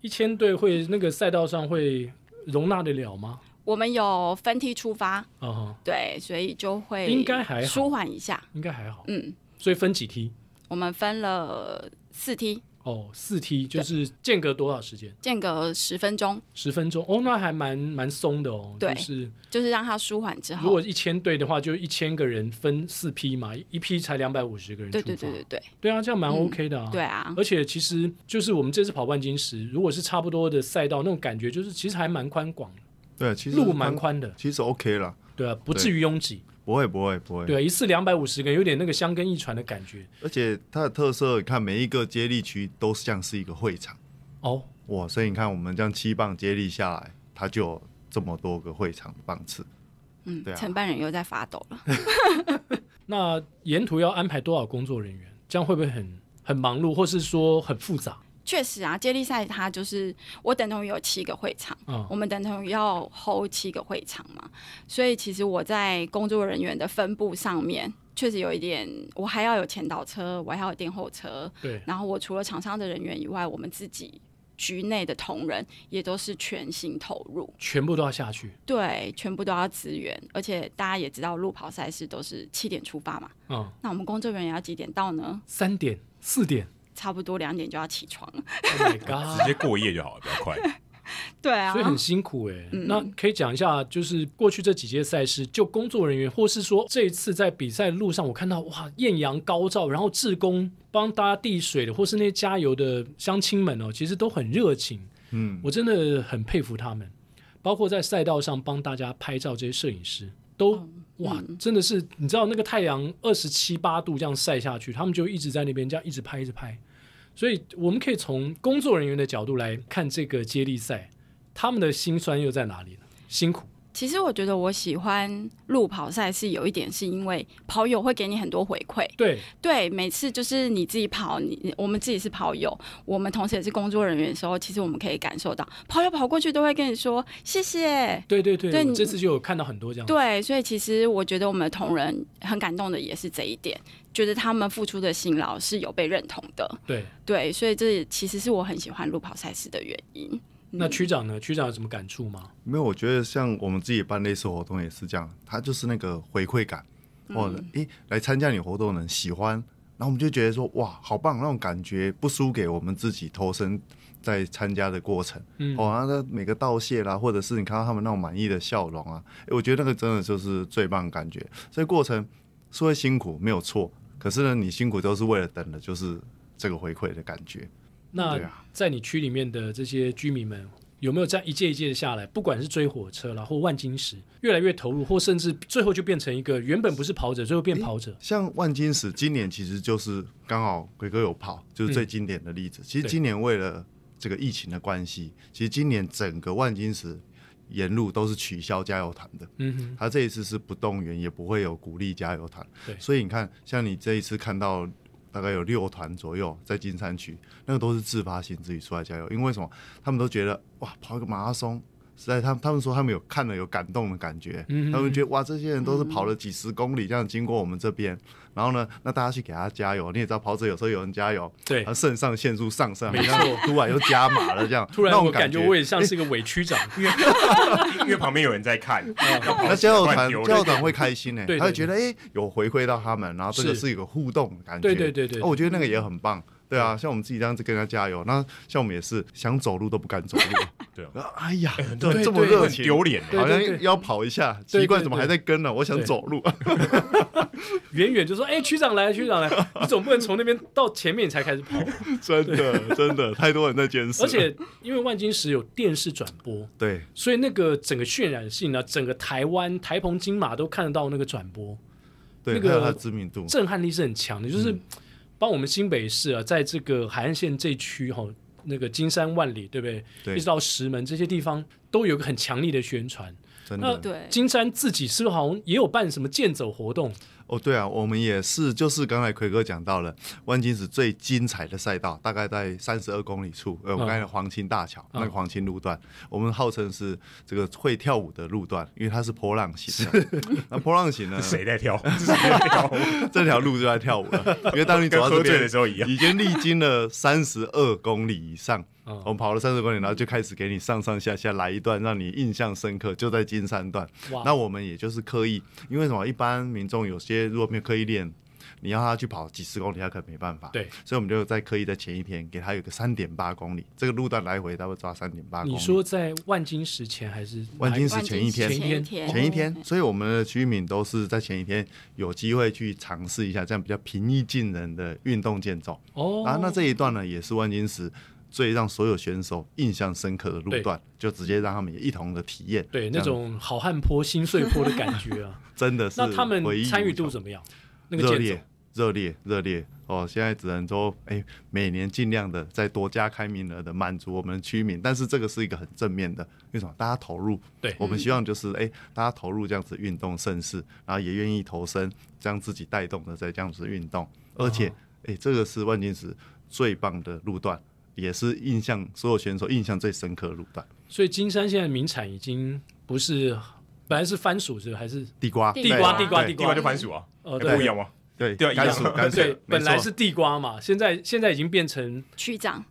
Speaker 2: 一千队会那个赛道上会容纳得了吗？
Speaker 3: 我们有分梯出发，
Speaker 2: 啊、哈，
Speaker 3: 对，所以就会
Speaker 2: 应该还好
Speaker 3: 舒缓一下。
Speaker 2: 应该还好。
Speaker 3: 嗯，
Speaker 2: 所以分几梯？
Speaker 3: 我们分了四梯，
Speaker 2: 哦，四梯就是间隔多少时间？
Speaker 3: 间隔十分钟，
Speaker 2: 十分钟哦，那还蛮蛮松的哦。
Speaker 3: 对
Speaker 2: 就是
Speaker 3: 就是让它舒缓之
Speaker 2: 如
Speaker 3: 后
Speaker 2: 果。一千队的话，就一千个人分四批嘛，一一批才两百五十个人出
Speaker 3: 对
Speaker 2: 发。
Speaker 3: 对对对对
Speaker 2: 对啊，这样蛮
Speaker 3: 嗯
Speaker 2: OK 的啊。
Speaker 3: 对啊！
Speaker 2: 而且其实就是我们这次跑万金石，如果是差不多的赛道，那种感觉就是其实还蛮宽广的，
Speaker 4: 对，其实
Speaker 2: 路蛮，宽的，
Speaker 4: 其实 OK 了，
Speaker 2: 对啊，不至于拥挤，
Speaker 4: 不会不会不会。
Speaker 2: 对啊，一次两百五十个人，有点那个香根一传的感觉
Speaker 4: 而且它的特色，你看每一个接力区都像是一个会场，
Speaker 2: 哦。
Speaker 4: 哇！所以你看我们这样七棒接力下来，它就有这么多个会场棒次。
Speaker 3: 嗯
Speaker 4: 对，啊
Speaker 3: 承办人又在发抖了。
Speaker 2: 那沿途要安排多少工作人员？这样会不会很很忙碌，或是说很复杂？
Speaker 3: 确实啊，接力赛它就是我等同于有七个会场，
Speaker 2: 嗯
Speaker 3: 我们等同于要 hold 七个会场嘛，所以其实我在工作人员的分布上面确实有一点，我还要有前导车，我还要有殿后车，
Speaker 2: 对，
Speaker 3: 然后我除了场上的人员以外，我们自己局内的同仁也都是全心投入，
Speaker 2: 全部都要下去。
Speaker 3: 对，全部都要支援，而且大家也知道路跑赛事都是七点出发嘛，
Speaker 2: 嗯，
Speaker 3: 那我们工作人员要几点到呢？
Speaker 2: 三点、四点
Speaker 3: 差不多两点就要起床了，
Speaker 2: ，Oh
Speaker 1: *laughs* 直
Speaker 2: my *laughs* god！
Speaker 1: 接过夜就好了，比较快。
Speaker 3: 对啊，
Speaker 2: 所以很辛苦哎、
Speaker 3: 嗯
Speaker 2: 那可以讲一下，就是过去这几届赛事，就工作人员，或是说这一次在比赛路上，我看到哇，艳阳高照，然后志工帮大家递水的，或是那些加油的乡亲们哦，其实都很热情。
Speaker 4: 嗯，
Speaker 2: 我真的很佩服他们，包括在赛道上帮大家拍照这些摄影师，都、
Speaker 3: 嗯
Speaker 2: 哇，真的是你知道那个太阳二十七八度这样晒下去，他们就一直在那边这样一直拍一直拍，所以我们可以从工作人员的角度来看这个接力赛，他们的辛酸又在哪里呢？辛苦，
Speaker 3: 其实我觉得我喜欢路跑赛是有一点是因为跑友会给你很多回馈，
Speaker 2: 对，
Speaker 3: 对，每次就是你自己跑，你我们自己是跑友，我们同时也是工作人员的时候，其实我们可以感受到跑友跑过去都会跟你说谢谢。
Speaker 2: 对对对，
Speaker 3: 对
Speaker 2: 我
Speaker 3: 你
Speaker 2: 这次就有看到很多这样，，
Speaker 3: 对，所以其实我觉得我们的同仁很感动的也是这一点，觉得他们付出的辛劳是有被认同的。
Speaker 2: 对，
Speaker 3: 对，所以这其实是我很喜欢路跑赛事的原因。
Speaker 2: 那区长呢？区长有什么感触吗？
Speaker 4: 没有，我觉得像我们自己办类似活动也是这样，它就是那个回馈感，
Speaker 2: 嗯
Speaker 4: 哦，诶，来参加你活动的人喜欢，然后我们就觉得说哇，好棒，那种感觉不输给我们自己投身在参加的过程，
Speaker 2: 嗯
Speaker 4: 哦，然后他每个道谢啦，或者是你看到他们那种满意的笑容啊，诶，我觉得那个真的就是最棒的感觉。所以过程是会辛苦，没有错，可是呢，你辛苦都是为了等的就是这个回馈的感觉。
Speaker 2: 那
Speaker 4: 对啊
Speaker 2: 在你区里面的这些居民们，有没有这样一届一届的下来，不管是追火车啦，或万金石，越来越投入，或甚至最后就变成一个原本不是跑者，最后变跑者？
Speaker 4: 像万金石今年其实就是刚好鬼哥有跑，就是最经典的例子。其实
Speaker 2: 嗯对
Speaker 4: 今年为了这个疫情的关系，其实今年整个万金石沿路都是取消加油团的。
Speaker 2: 嗯哼，
Speaker 4: 他这一次是不动员，也不会有鼓励加油团
Speaker 2: 对。
Speaker 4: 所以你看，像你这一次看到大概有六团左右在金山区，那个都是自发性自己出来加油，因为什么？他们都觉得哇，跑一个马拉松。实在他们他们说他们有看了有感动的感觉，
Speaker 2: 嗯
Speaker 4: 他们觉得哇，这些人都是跑了几十公里这样经过我们这边，然后呢，那大家去给他加油，你也知道跑者有时候有人加油，
Speaker 2: 对
Speaker 4: 他，肾上腺素上升，
Speaker 2: 没
Speaker 4: 好
Speaker 2: 错
Speaker 4: 像突然又加码了这样，
Speaker 2: *laughs* 突然
Speaker 4: 那种
Speaker 2: 我感
Speaker 4: 觉
Speaker 2: 觉我也像是一个委区长，因为
Speaker 1: 因为旁边有人在看，
Speaker 2: 嗯 *laughs*
Speaker 4: 那交友
Speaker 1: 乱
Speaker 4: 团
Speaker 1: 丢
Speaker 4: 交
Speaker 1: 人
Speaker 4: 友团会开心呢、
Speaker 2: 对对
Speaker 4: 他会觉得哎、诶有回馈到他们，然后这个
Speaker 2: 是
Speaker 4: 是一个互动的感觉，
Speaker 2: 对对对对嗯
Speaker 4: 哦，我觉得那个也很棒。对啊，像我们自己这样子跟人家加油，那像我们也是想走路都不敢
Speaker 2: *laughs*
Speaker 4: 走路。
Speaker 1: 对啊，
Speaker 4: 然后哎呀，
Speaker 1: 多人
Speaker 4: 这么
Speaker 2: 对对
Speaker 4: 热
Speaker 1: 很
Speaker 4: 情，
Speaker 1: 丢脸欸。
Speaker 2: 对
Speaker 4: 好
Speaker 2: 对
Speaker 4: 像要跑一下，
Speaker 2: 对
Speaker 4: 奇怪
Speaker 2: 对
Speaker 4: 怎么
Speaker 2: 对
Speaker 4: 还在跟呢？我想
Speaker 2: 对
Speaker 4: 走
Speaker 2: *laughs*
Speaker 4: 路。
Speaker 2: 远远就说：“哎、区长来，区长 *laughs* 来！”你总不能从那边到前面你才开始跑，
Speaker 4: 真的真的，太多人在监视
Speaker 2: 而
Speaker 4: 了。
Speaker 2: 且因为万金石有电视转播，
Speaker 4: 对，
Speaker 2: 所以那个整个渲染性呢、整个台湾台澎金马都看得到那个转播，
Speaker 4: 对，
Speaker 2: 那个
Speaker 4: 还有他的知名度，
Speaker 2: 震撼力是很强的，
Speaker 4: 嗯
Speaker 2: 就是帮我们新北市啊，在这个海岸线这区哈、那个金山万里，对不对？
Speaker 4: 对
Speaker 2: 一直到石门这些地方都有一个很强力的宣传。
Speaker 4: 真
Speaker 2: 那
Speaker 4: 的。
Speaker 3: 对
Speaker 2: 金山自己是不是好像也有办什么健走活动？
Speaker 4: 哦，对啊，我们也是，就是刚才奎哥讲到了万金石最精彩的赛道，大概在三十二公里处，呃，我
Speaker 2: 嗯
Speaker 4: 们刚才的黄金大桥、
Speaker 2: 嗯
Speaker 4: 那个黄金路段，我们号称是这个会跳舞的路段，因为它是波浪形的。 *laughs* 那波
Speaker 2: *laughs*
Speaker 4: 浪形呢，
Speaker 1: 谁在跳？是谁在跳？
Speaker 4: *laughs* 这条路就在跳舞
Speaker 1: *laughs*
Speaker 4: 了，因为当你走
Speaker 1: 跟
Speaker 4: 到
Speaker 1: 喝
Speaker 4: 这
Speaker 1: 醉
Speaker 4: 边
Speaker 1: 的时候一样。
Speaker 4: 已经历经了三十二公里以上，
Speaker 1: 哦
Speaker 2: 嗯
Speaker 4: 我们跑了三十公里，然后就开始给你上上下下来一段，让你印象深刻，就在金山段
Speaker 2: 哇。
Speaker 4: 那我们也就是刻意，因为什么？一般民众有些如果没有刻意练，你要他去跑几十公里，他可能没办法。
Speaker 2: 对，
Speaker 4: 所以我们就在刻意在前一天给他有个三点八公里，这个路段来回大概抓三点八公里。
Speaker 2: 你说在万金石前还是
Speaker 4: 万金石
Speaker 3: 万
Speaker 4: 前一天
Speaker 3: 前一
Speaker 2: 前嗯
Speaker 3: 天，
Speaker 4: 前一天，所以我们的居民都是在前一天有机会去尝试一下这样比较平易近人的运动健走。
Speaker 2: 哦？
Speaker 4: 啊，那这一段呢，也是万金石最让所有选手印象深刻的路段，就直接让他们也一同的体验。
Speaker 2: 对
Speaker 4: 这
Speaker 2: 那
Speaker 4: 样
Speaker 2: 种好汉坡、心碎坡的感觉啊，
Speaker 4: *laughs* 真的是
Speaker 2: 那他们
Speaker 4: 回忆
Speaker 2: 参与
Speaker 4: 无
Speaker 2: 度
Speaker 4: 穷
Speaker 2: 怎么样？那个
Speaker 4: 热
Speaker 2: 健走
Speaker 4: 烈，热烈热烈哦！现在只能说，哎，每年尽量的再多加开名额的，满足我们的居民。但是这个是一个很正面的，为什么？大家投入，
Speaker 2: 对
Speaker 4: 我们希望就是哎，大家投入这样子运动盛事，然后也愿意投身，将自己带动的在这样子运动，
Speaker 2: 哦
Speaker 4: 而且哎，这个是万金石最棒的路段，也是印象所有选手印象最深刻的路段。
Speaker 2: 所以金山现在名产已经不是本来是番薯是不是还是
Speaker 4: 地瓜，
Speaker 3: 地
Speaker 2: 地
Speaker 4: 对
Speaker 2: 瓜
Speaker 3: 地
Speaker 2: 地瓜
Speaker 1: 对
Speaker 2: 瓜
Speaker 1: 就番薯啊，
Speaker 2: 呃
Speaker 1: 哎
Speaker 2: 对
Speaker 1: 不一样吗？
Speaker 4: 对
Speaker 1: 对啊
Speaker 4: 甘
Speaker 1: 一
Speaker 4: 薯
Speaker 1: 样
Speaker 4: 甘
Speaker 2: 对
Speaker 4: 薯，，
Speaker 2: 本来
Speaker 4: 没错
Speaker 2: 是地瓜嘛，现在现在已经变成
Speaker 3: 区长，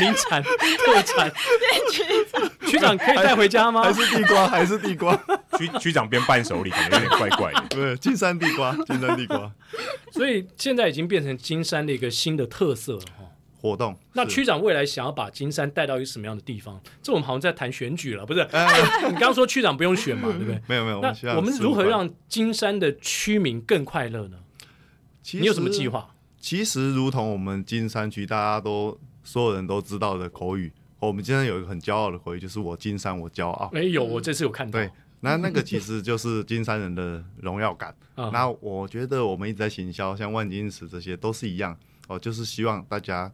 Speaker 2: 名 *laughs* 产特产。区长可以带回家吗？
Speaker 4: 还是地瓜，还是地瓜。 *laughs*
Speaker 1: 区区长编伴手礼，可能有点怪怪的。
Speaker 4: 对，金山地瓜，金山地瓜
Speaker 2: 所以现在已经变成金山的一个新的特色了哈。
Speaker 4: 活动。
Speaker 2: 那
Speaker 4: 是
Speaker 2: 区长未来想要把金山带到一个什么样的地方？这我们好像在谈选举了，不是？
Speaker 4: 哎，
Speaker 2: 你刚刚说区长不用选嘛，对不对？
Speaker 4: 没有没有，们需
Speaker 2: 那
Speaker 4: 要
Speaker 2: 我们如何
Speaker 4: 15
Speaker 2: 让金山的区民更快乐呢？
Speaker 4: 其
Speaker 2: 你有什么
Speaker 4: 实
Speaker 2: 计？划？
Speaker 4: 其实如同我们金山区大家都所有人都知道的口语，我们今天有一个很骄傲的口语，就是我金山我骄傲。
Speaker 2: 哎，有，我这次有看到。
Speaker 4: 对，那那个其实就是金山人的荣耀感。
Speaker 2: 啊，
Speaker 4: 那我觉得我们一直在行销，像万金石这些都是一样哦，就是希望大家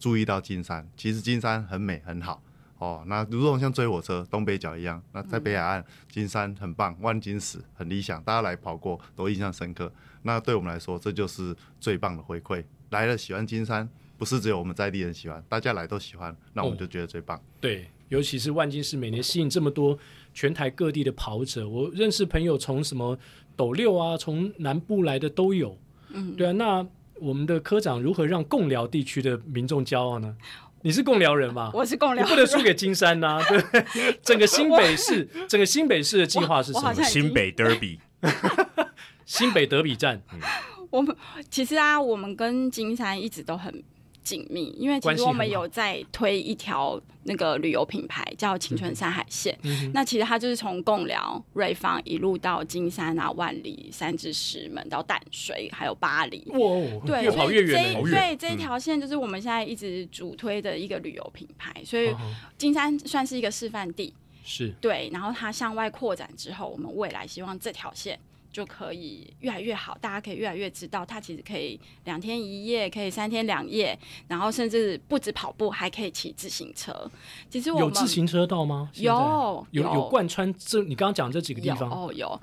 Speaker 4: 注意到金山。其实金山很美很好哦。那如同像追火车东北角一样，那在北海岸、金山很棒，万金石很理想，大家来跑过都印象深刻。那对我们来说，这就是最棒的回馈。来了喜欢金山，不是只有我们在地人喜欢，大家来都喜欢，那我们
Speaker 2: 哦
Speaker 4: 就觉得最棒。
Speaker 2: 对，尤其是万金石每年吸引这么多全台各地的跑者，我认识朋友从什么斗六啊，从南部来的都有。
Speaker 3: 嗯，
Speaker 2: 对啊，那我们的科长如何让贡寮地区的民众骄傲呢？你是贡寮人吗？
Speaker 3: 我是共
Speaker 2: 啊你
Speaker 3: 聊
Speaker 2: 不。能输给金山呐、对不对，整个新北市，整个新北市的计划是什
Speaker 3: 我好
Speaker 2: 么
Speaker 3: 像？已经
Speaker 1: 新北 Derby
Speaker 2: 新北德比站
Speaker 3: 我们其实啊，我们跟金山一直都很紧密，因为其
Speaker 2: 关系
Speaker 3: 实
Speaker 2: 很好嗯
Speaker 3: 我们有在推一条那个旅游品牌叫“青春山海线”那其实它就是从贡寮、瑞芳一路到金山啊、万里、三至石门到淡水，还有巴黎。
Speaker 2: 哇哦，
Speaker 3: 对，
Speaker 2: 越跑越远嗯了
Speaker 3: 所以
Speaker 1: 跑越
Speaker 3: 这一
Speaker 1: 远
Speaker 3: 对这一条线就是我们现在一直主推的一个旅游品牌，所以
Speaker 2: 哦哦
Speaker 3: 金山算是一个示范地。
Speaker 2: 是
Speaker 3: 对，然后它向外扩展之后，我们未来希望这条线就可以越来越好，大家可以越来越知道，它其实可以两天一夜，可以三天两夜，然后甚至不止跑步，还可以骑自行车。其实我们
Speaker 2: 有自行车道吗？现在
Speaker 3: 有
Speaker 2: 有
Speaker 3: 有
Speaker 2: 有贯穿这你刚刚讲这几个地
Speaker 3: 有
Speaker 2: 方。
Speaker 3: 哦有，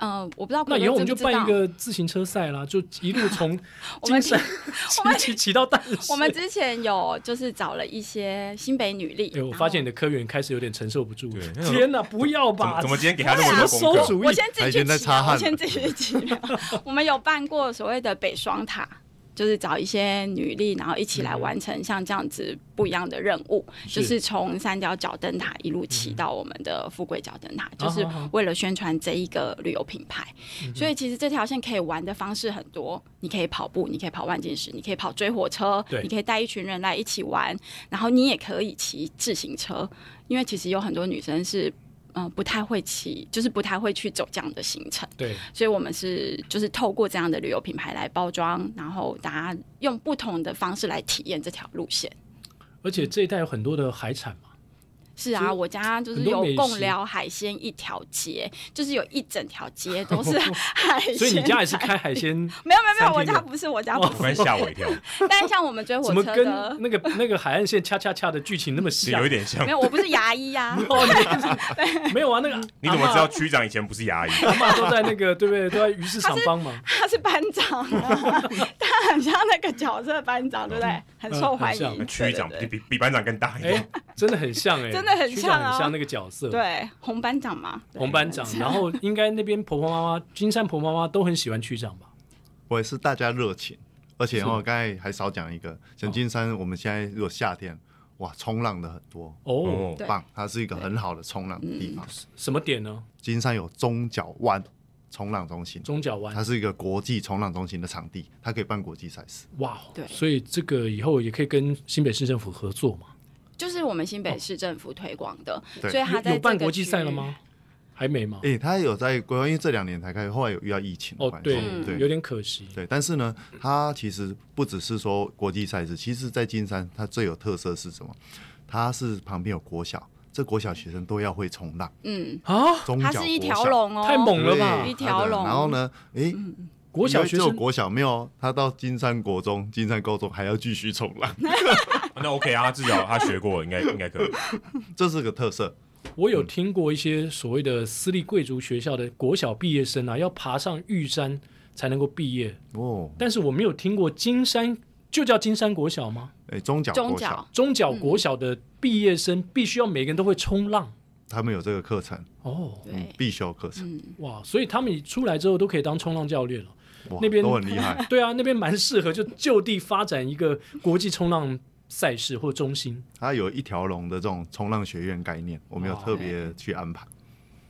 Speaker 3: 呃，我不知道
Speaker 2: 那
Speaker 3: 贵
Speaker 2: 以
Speaker 3: 哥
Speaker 2: 后我们
Speaker 3: 知
Speaker 2: 就
Speaker 3: 不知
Speaker 2: 办一
Speaker 3: 道。
Speaker 2: 个自行车赛啦，就一路从
Speaker 3: *laughs* 我们
Speaker 2: 金山骑 *laughs* 骑骑到淡水。
Speaker 3: 我们之前有就是找了一些新北女力，
Speaker 2: 哎，我
Speaker 3: 然
Speaker 2: 发
Speaker 3: 后
Speaker 2: 现你的科员开始有点承受不住
Speaker 1: 对。
Speaker 2: 天哪，不要
Speaker 1: 怎么
Speaker 2: 吧！
Speaker 1: 怎么今天给他那么
Speaker 2: 什
Speaker 1: 多功
Speaker 2: 么馊
Speaker 1: 课？
Speaker 2: 主意
Speaker 3: 我先自
Speaker 4: 他已
Speaker 3: 己去
Speaker 4: 经在
Speaker 3: 骑
Speaker 4: 擦
Speaker 3: 啊，
Speaker 4: 汗
Speaker 3: 我
Speaker 4: 了
Speaker 3: 先自己去骑啊。 *laughs* 我们有办过所谓的北双塔，就是找一些女力，然后一起来完成像这样子不一样的任务，
Speaker 2: 是
Speaker 3: 就是从三角角灯塔一路骑到我们的富贵角灯塔，就是
Speaker 2: 好好好
Speaker 3: 为了宣传这一个旅游品牌。所以其实这条线可以玩的方式很多，你可以跑步，你可以跑万金石，你可以跑追火车
Speaker 2: 对，
Speaker 3: 你可以带一群人来一起玩，然后你也可以骑自行车，因为其实有很多女生是。嗯、不太会骑，就是不太会去走这样的行程，
Speaker 2: 对，
Speaker 3: 所以我们是就是透过这样的旅游品牌来包装，然后大家用不同的方式来体验这条路线。
Speaker 2: 而且这一带有很多的海产
Speaker 3: 嗯
Speaker 2: 嘛，
Speaker 3: 是啊，我家就是
Speaker 2: 很多
Speaker 3: 有
Speaker 2: 美食
Speaker 3: 贡寮海鲜一条街，就是有一整条街都
Speaker 2: *laughs*
Speaker 3: 是海鲜。
Speaker 2: 所以你家也是开海？鲜，
Speaker 3: 没有没有没
Speaker 2: 餐厅
Speaker 3: 有，我
Speaker 2: 的
Speaker 3: 家不是，我家
Speaker 2: 哇
Speaker 3: 不
Speaker 1: 突然
Speaker 3: 是。
Speaker 1: 吓我一跳，
Speaker 3: 但是像 *laughs* 我们追火
Speaker 2: 怎么
Speaker 3: 车
Speaker 2: 跟
Speaker 3: 的，
Speaker 2: *laughs* 那个那个海岸线恰恰恰的剧情那么
Speaker 1: 是
Speaker 2: 像
Speaker 1: 有一？点像
Speaker 3: 没。有，我不是牙医呀、
Speaker 2: *laughs* 哦，你没有啊，那个
Speaker 1: 你怎么知道区长以前不是牙医？
Speaker 2: 阿妈都在那个对不对？都在鱼市场帮忙，
Speaker 3: *laughs* 他是班长、啊，他很像那个角色班长，对不对？很受欢
Speaker 2: 嗯很
Speaker 1: 那
Speaker 3: 迎。
Speaker 1: 区长
Speaker 3: 对
Speaker 1: 比
Speaker 3: 对对
Speaker 1: 比比班长更大一
Speaker 2: 哎
Speaker 1: 点。，
Speaker 2: 真的很像哎，
Speaker 3: *laughs* 真的很像啊
Speaker 2: 区长很像那个角色，，
Speaker 3: 对红班长嘛，对
Speaker 2: 红班长。然后应该那边婆婆妈妈、金山婆婆妈妈都很喜欢区长吧？
Speaker 4: 我也是大家热情，而且
Speaker 2: 是
Speaker 4: 哦，刚才还少讲一个，像金山，我们现在如果夏天，哇，冲浪的很多，
Speaker 2: 哦，
Speaker 1: 哦，
Speaker 3: 对嗯
Speaker 4: 棒，它是一个很好的冲浪地方。
Speaker 2: 什么点呢？
Speaker 4: 金山有中角湾冲浪中心，
Speaker 2: 中角湾
Speaker 4: 它，是一个国际冲浪中心的场地，它可以办国际赛事。
Speaker 2: 哇哦，
Speaker 3: 对
Speaker 2: 所以这个以后也可以跟新北市政府合作嘛？
Speaker 3: 就是我们新北市政府推广的，
Speaker 4: 对
Speaker 3: 所以他
Speaker 2: 有
Speaker 3: 在
Speaker 2: 有办
Speaker 3: 这个
Speaker 2: 国际赛了
Speaker 3: 区域？
Speaker 2: 吗？还没吗？
Speaker 4: 诶、它有在规划，因为这两年才开始，后来有遇到疫情的
Speaker 2: 哦
Speaker 4: 关，系，
Speaker 2: 对，
Speaker 3: 嗯
Speaker 2: 有
Speaker 4: 对。
Speaker 2: 点可惜。
Speaker 4: 对，但是呢，它其实不只是说国际赛事，其实在金山它最有特色是什么？它是旁边有国小，这国小学生都要会冲浪，
Speaker 3: 嗯，
Speaker 2: 啊，
Speaker 4: 中
Speaker 3: 它
Speaker 4: 角
Speaker 3: 是一
Speaker 4: 国
Speaker 3: 条
Speaker 4: 小
Speaker 3: 龙哦，
Speaker 2: 太猛了
Speaker 4: 对
Speaker 2: 吧
Speaker 3: 一条龙嗯
Speaker 4: 然后呢，诶，
Speaker 2: 国小
Speaker 4: 因为
Speaker 2: 学
Speaker 4: 只有
Speaker 2: 生
Speaker 4: 国小没有，他到金山国中、金山高中还要继续冲
Speaker 2: *laughs*
Speaker 4: 浪，
Speaker 1: 那 OK 啊，他至少他学过，应该应该可以。
Speaker 4: 这是个特色。
Speaker 2: 我
Speaker 4: 嗯
Speaker 2: 有听过一些所谓的私立贵族学校的国小毕业生啊，要爬上玉山才能够毕业，
Speaker 4: 哦，
Speaker 2: 但是我没有听过金山就叫金山国小吗？
Speaker 4: 哎，中角
Speaker 3: 中
Speaker 4: 国
Speaker 3: 角
Speaker 4: 小，
Speaker 2: 中角国小的毕业生必须要每个人都会冲浪
Speaker 4: 他们有这个课程，
Speaker 2: 哦，
Speaker 3: 对，
Speaker 4: 必修课程，
Speaker 3: 嗯，
Speaker 2: 哇，所以他们出来之后都可以当冲浪教练了。
Speaker 4: 哇，
Speaker 2: 那边
Speaker 4: 都很厉害
Speaker 2: *laughs* 。对啊，那边蛮适合就就地发展一个国际冲浪赛事或中心。
Speaker 4: 他有一条龙的这种冲浪学院概念，我们有
Speaker 2: 哇
Speaker 4: 特别去安
Speaker 3: *laughs*
Speaker 4: 排。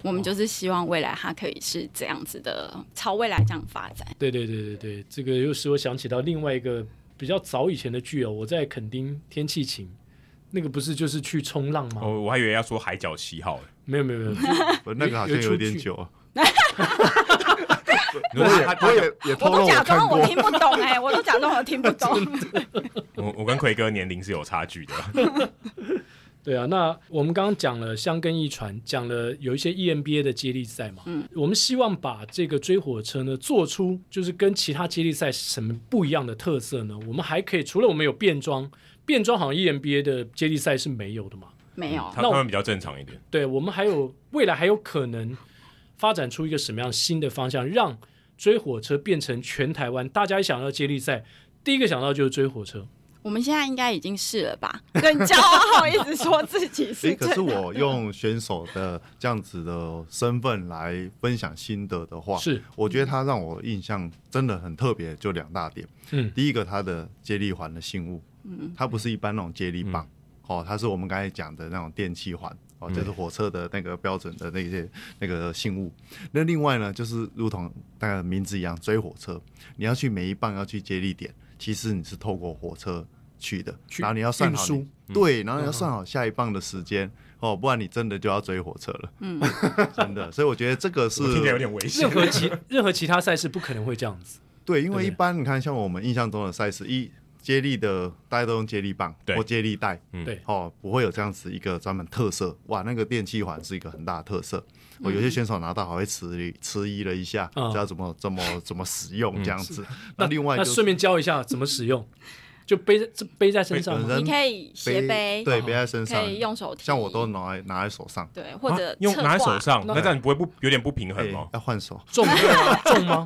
Speaker 3: 我们就是希望未来它可以是这样子的，朝未来这样发展。
Speaker 2: 对对对对对，这个又使我想起到另外一个比较早以前的剧哦，我在垦丁天气晴，那个不是就是去冲浪吗？
Speaker 1: 哦，我还以为要说海角七号，欸
Speaker 2: 没有没有没有，
Speaker 4: 不那个好像有点久啊，
Speaker 1: 你说他他
Speaker 4: 我也也
Speaker 3: 我
Speaker 4: 透露
Speaker 3: 都假
Speaker 4: 看
Speaker 3: 装我
Speaker 4: 过，
Speaker 3: 听不懂哎、我都假装我听不懂。
Speaker 1: 我我跟奎哥年龄是有差距的，
Speaker 2: 对啊，那我们刚刚讲了香根一传，讲了有一些 E EMBA 的接力赛嘛，
Speaker 3: 嗯，
Speaker 2: 我们希望把这个追火车呢做出就是跟其他接力赛什么不一样的特色呢？我们还可以除了我们有变装，变装好像 E EMBA 的接力赛是没有的嘛，
Speaker 3: 没有，
Speaker 1: 他
Speaker 2: 那
Speaker 1: 他
Speaker 2: 我
Speaker 1: 们比较正常一点。
Speaker 2: 对我们还有未来还有可能发展出一个什么样新的方向，让追火车变成全台湾大家一想到接力赛，第一个想到就是追火车。
Speaker 3: 我们现在应该已经是了吧？对，你骄傲一直说自己
Speaker 4: *laughs* 诶，
Speaker 3: 是
Speaker 4: 可是
Speaker 3: 最
Speaker 4: 我用选手的这样子的身份来分享心得的话，
Speaker 2: 是，
Speaker 4: 我觉得他让我印象真的很特别，就两大点。
Speaker 2: 嗯
Speaker 4: 第一个，他的接力环的信物，嗯，它不是一般那种接力棒，哦，它是我们刚才讲的那种电气环，哦，就是火车的那个标准的那些那个信物。那另外呢，就是如同那个名字一样，追火车，你要去每一棒要去接力点，其实你是透过火车去的，
Speaker 2: 去
Speaker 4: 然后你要算
Speaker 2: 运
Speaker 4: 好
Speaker 2: 输
Speaker 4: 你，对，然后你要算好下一棒的时间。哦，不然你真的就要追火车了，嗯， *laughs* 真的，所以我觉得这个是
Speaker 1: 我听起来有点危险啊
Speaker 2: 任。何其任何其他赛事不可能会这样子。
Speaker 4: 对，因
Speaker 2: 对
Speaker 4: 为一般你看，像我们印象中的赛事，一接力的大家都用接力棒
Speaker 1: 对
Speaker 4: 或接力带，
Speaker 1: 嗯
Speaker 2: 对
Speaker 4: 哦，不会有这样子一个专门特色。哇，那个电气环是一个很大的特色。我、有些选手拿到还会迟疑迟疑了一下，
Speaker 2: 嗯
Speaker 4: 不知道怎么怎么怎么使
Speaker 1: 嗯
Speaker 4: 用这样子。那另外
Speaker 2: 那
Speaker 4: 就是
Speaker 2: 顺便教一下怎么使用，就背在背在身上
Speaker 4: 本
Speaker 2: 吗？
Speaker 4: 身
Speaker 3: 你可以斜背，
Speaker 1: 哦
Speaker 4: 对背在身上
Speaker 3: 可，以用手提，
Speaker 4: 像我都拿来拿在手上，
Speaker 3: 对，或者
Speaker 1: 啊用
Speaker 3: 侧
Speaker 1: 拿在
Speaker 3: 挂
Speaker 1: 手上，
Speaker 2: 那
Speaker 1: 那这样你不会不有点不平衡哦
Speaker 4: 哎
Speaker 1: 吗？
Speaker 4: 要换手，
Speaker 2: 重吗？重吗？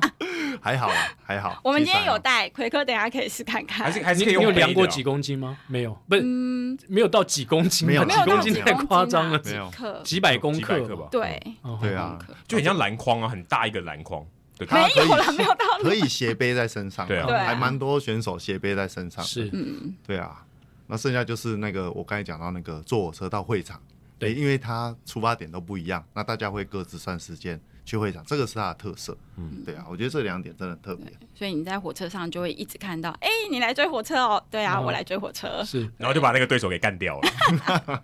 Speaker 4: 还好
Speaker 3: *laughs*
Speaker 4: 啦，还好。
Speaker 3: 我们今天
Speaker 4: 其实还好
Speaker 3: 有带奎哥，等一下可以试看看。
Speaker 1: 还是还是
Speaker 2: 你
Speaker 1: 可以
Speaker 2: 你
Speaker 1: 用
Speaker 2: 有
Speaker 1: 背的啊
Speaker 2: 量过几公斤吗？没有，不是
Speaker 3: 嗯，
Speaker 2: 没有到几公斤啊，
Speaker 4: 没有
Speaker 3: 没
Speaker 2: 几
Speaker 3: 有
Speaker 2: 公
Speaker 3: 到
Speaker 2: 斤
Speaker 3: 几
Speaker 2: 太夸张了，
Speaker 3: 几
Speaker 4: 没有
Speaker 3: 克，
Speaker 2: 几百公
Speaker 1: 哦几百克吧
Speaker 2: 吧？
Speaker 3: 对，
Speaker 2: 哦
Speaker 4: 对啊
Speaker 3: 克，
Speaker 1: 就很像篮筐啊，很大一个篮筐。对，
Speaker 3: 没有啦，
Speaker 4: 可以
Speaker 3: 没有到
Speaker 4: 可以斜背在身上，哦
Speaker 1: 对啊
Speaker 3: 对啊
Speaker 4: 还蛮多选手斜背在身上的，
Speaker 2: 是
Speaker 3: 嗯，
Speaker 4: 对啊，那剩下就是那个我刚才讲到那个坐火车到会场，
Speaker 2: 对
Speaker 4: 诶因为它出发点都不一样，那大家会各自算时间去会场，这个是它的特色。嗯，对啊，我觉得这两点真的很特别。
Speaker 3: 所以你在火车上就会一直看到，哎，你来追火车哦，对啊，
Speaker 2: 嗯
Speaker 3: 我来追火车。
Speaker 2: 是。
Speaker 1: 然后就把那个对手给干
Speaker 2: *laughs*
Speaker 1: 掉了。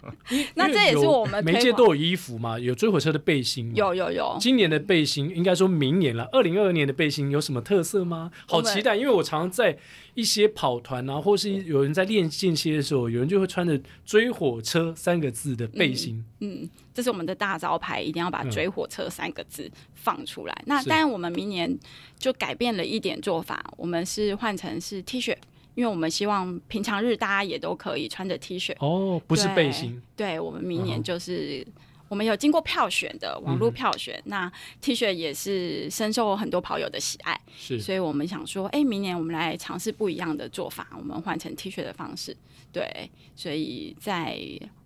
Speaker 3: 那
Speaker 2: 因为
Speaker 3: 这也是
Speaker 2: 有
Speaker 3: 我们
Speaker 2: 每一
Speaker 3: 推
Speaker 2: 届
Speaker 3: 广
Speaker 2: 都有衣服嘛，有追火车的背心嘛。
Speaker 3: 有有有，
Speaker 2: 今年的背心，应该说明年了，二零二二年的背心有什么特色吗？好
Speaker 3: 我们
Speaker 2: 期待，因为我常常在一些跑团啊，或是有人在练间歇的时候，有人就会穿着“追火车”三个字的背心，
Speaker 3: 嗯，这是我们的大招牌，一定要把
Speaker 2: 嗯
Speaker 3: “追火车”三个字放出来。那
Speaker 2: 是
Speaker 3: 但我们明年就改变了一点做法，我们是换成是 T 恤，因为我们希望平常日大家也都可以穿着 T 恤，
Speaker 2: 哦，不是
Speaker 3: 对
Speaker 2: 背心，。
Speaker 3: 对，我们
Speaker 2: 嗯
Speaker 3: 明年就是。我们有经过票选的网络票选，那 T 恤也是深受很多跑友的喜爱，
Speaker 2: 是
Speaker 3: 所以我们想说，哎、明年我们来尝试不一样的做法，我们换成 T 恤的方式。对，所以在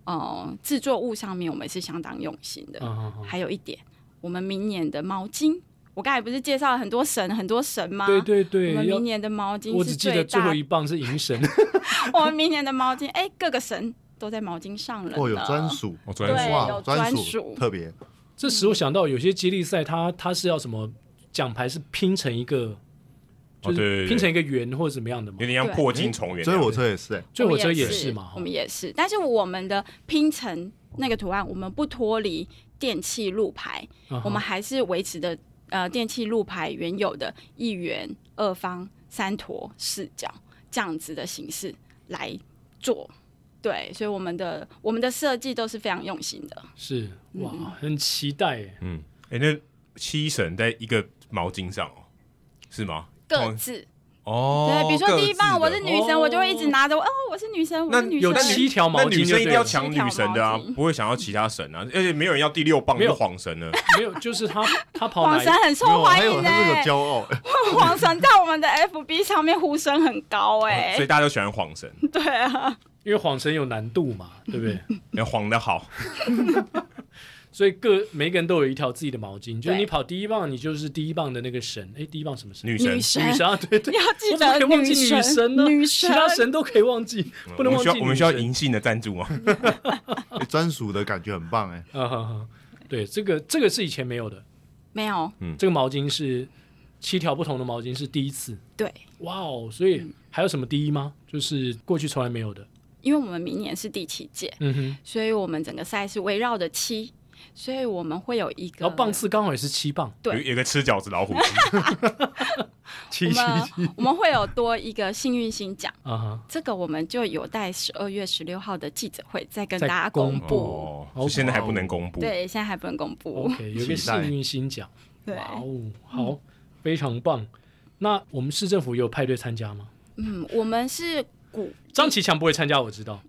Speaker 3: 呃制作物上面，我们是相当用心的。
Speaker 2: 嗯，嗯嗯
Speaker 3: 还有一点，我们明年的毛巾，我刚才不是介绍了很多神很多神吗？
Speaker 2: 对对
Speaker 3: 啊我们
Speaker 2: 对，要
Speaker 3: 明年的毛巾
Speaker 2: 我
Speaker 3: 是
Speaker 2: 只记
Speaker 3: 最
Speaker 2: 得最
Speaker 3: 大
Speaker 2: 后一，棒是银
Speaker 3: *laughs*
Speaker 2: 神，
Speaker 3: 我们明年的毛巾，哎、各个神都在毛巾上了。
Speaker 4: 哦，有专。属，
Speaker 1: 哦专
Speaker 3: 属对
Speaker 4: 哇，
Speaker 3: 有
Speaker 4: 专
Speaker 3: 专属
Speaker 4: 特别，
Speaker 2: 这使我
Speaker 3: 嗯
Speaker 2: 想到有些接力赛它，它是要什么奖牌是拼成一个，就
Speaker 1: 哦对对
Speaker 2: 是
Speaker 1: 对
Speaker 2: 拼成一个圆或者怎么样的嘛
Speaker 1: 有。点像破镜重圆那
Speaker 4: 所以
Speaker 1: 样。
Speaker 4: 火车也
Speaker 3: *laughs*
Speaker 4: 是、欸，
Speaker 2: 追火车
Speaker 3: 我们也
Speaker 2: 是嘛，啊
Speaker 3: 我们也是，但是我们的拼成那个图案，我们不脱离电器路牌，
Speaker 2: 嗯
Speaker 3: 我们
Speaker 2: 嗯
Speaker 3: 还是维持的呃电器路牌原有的一元、二方、三坨、四角这样子的形式来做。对，所以我们的我们的设计都是非常用心的。
Speaker 2: 是哇，
Speaker 3: 嗯
Speaker 2: 很期待耶。
Speaker 1: 嗯，哎，那七神在一个毛巾上哦，是吗？
Speaker 3: 各自
Speaker 1: 哦，
Speaker 3: 对，比如说
Speaker 1: 各
Speaker 3: 第一
Speaker 1: 自
Speaker 3: 棒
Speaker 1: 的
Speaker 3: 我是女神，
Speaker 2: 哦
Speaker 3: 我就会一直拿着我哦，我是女神，我
Speaker 1: 那
Speaker 3: 是女
Speaker 2: 有
Speaker 3: 神。
Speaker 2: 七条毛
Speaker 1: 那
Speaker 2: 巾
Speaker 1: 女
Speaker 2: 就对了，
Speaker 1: 生一定要抢女神的啊
Speaker 3: 七条毛，巾
Speaker 1: 不会想要其他神啊，而且没有人要第六棒
Speaker 2: 没
Speaker 1: 就
Speaker 2: 有
Speaker 1: 是黄神
Speaker 3: *laughs*
Speaker 1: 了。
Speaker 2: 没有，就是他他跑
Speaker 3: 黄
Speaker 2: 哪
Speaker 3: 神
Speaker 2: 一
Speaker 3: 很受
Speaker 4: 没有啊
Speaker 3: 欢
Speaker 4: 还有
Speaker 3: 迎
Speaker 4: 他这个
Speaker 3: 哎、
Speaker 4: 骄傲， *laughs*
Speaker 3: 黄神在我们的 FB 上面呼声很高哎、
Speaker 1: 哦所以大家都喜欢黄神，
Speaker 3: 对啊，
Speaker 2: 因为晃神有难度嘛，对
Speaker 3: *laughs*
Speaker 2: 不对？
Speaker 1: 要黄的好，
Speaker 2: 所以各每个人都有一条自己的毛巾，就是
Speaker 3: 对
Speaker 2: 你跑第一棒，你就是第一棒的那个神，哎，第一棒什么神？
Speaker 1: 女神
Speaker 3: 女。神
Speaker 2: 女神啊，对对，
Speaker 3: 要记
Speaker 2: 我怎
Speaker 3: 得
Speaker 2: 么可以忘记
Speaker 3: 女
Speaker 2: 神
Speaker 3: 神
Speaker 2: 呢？
Speaker 3: 女
Speaker 2: 其他
Speaker 3: 神
Speaker 2: 神都可以忘记，不能
Speaker 1: 嗯我们
Speaker 2: 忘
Speaker 1: 需
Speaker 2: 记
Speaker 1: 要我们需要
Speaker 2: 女神
Speaker 1: 银杏的赞助吗？
Speaker 4: 欸专属的感觉很棒哎。
Speaker 2: 啊哈哈，对，这个这个是以前没有的，
Speaker 3: 没有
Speaker 1: 嗯
Speaker 2: 这个毛巾是七条不同的毛巾是第一次，
Speaker 3: 对，
Speaker 2: 哇哦，所以
Speaker 3: 嗯
Speaker 2: 还有什么第一吗？就是过去从来没有的，
Speaker 3: 因为我们明年是第七届，
Speaker 2: 嗯哼，
Speaker 3: 所以我们整个赛事围绕着七，所以我们会有一个
Speaker 2: 然后棒次刚好也是七棒，
Speaker 1: 有
Speaker 3: 对
Speaker 1: 有一个吃饺子老虎
Speaker 3: *laughs*
Speaker 1: 机，
Speaker 4: 七
Speaker 3: 我
Speaker 4: 七
Speaker 3: 们 *laughs* 我们会有多一个幸运星奖，
Speaker 2: 啊哈，
Speaker 3: 这个我们就有待十二月十六号的记者会再跟
Speaker 2: 再
Speaker 3: 大家
Speaker 2: 公
Speaker 3: 公
Speaker 2: 布
Speaker 3: 布。
Speaker 1: 哦，
Speaker 2: 哦
Speaker 1: 所以现在还不能公布。
Speaker 3: 对，现在还不能公布。
Speaker 4: *laughs*
Speaker 2: OK，有一个
Speaker 4: 期待
Speaker 2: 幸运星奖，
Speaker 3: 对，
Speaker 2: 哇哦，好，非常棒。那我们市政府有派队参加吗？
Speaker 3: 嗯，我们是鼓
Speaker 2: 张启强不会参加，我知道。 *laughs*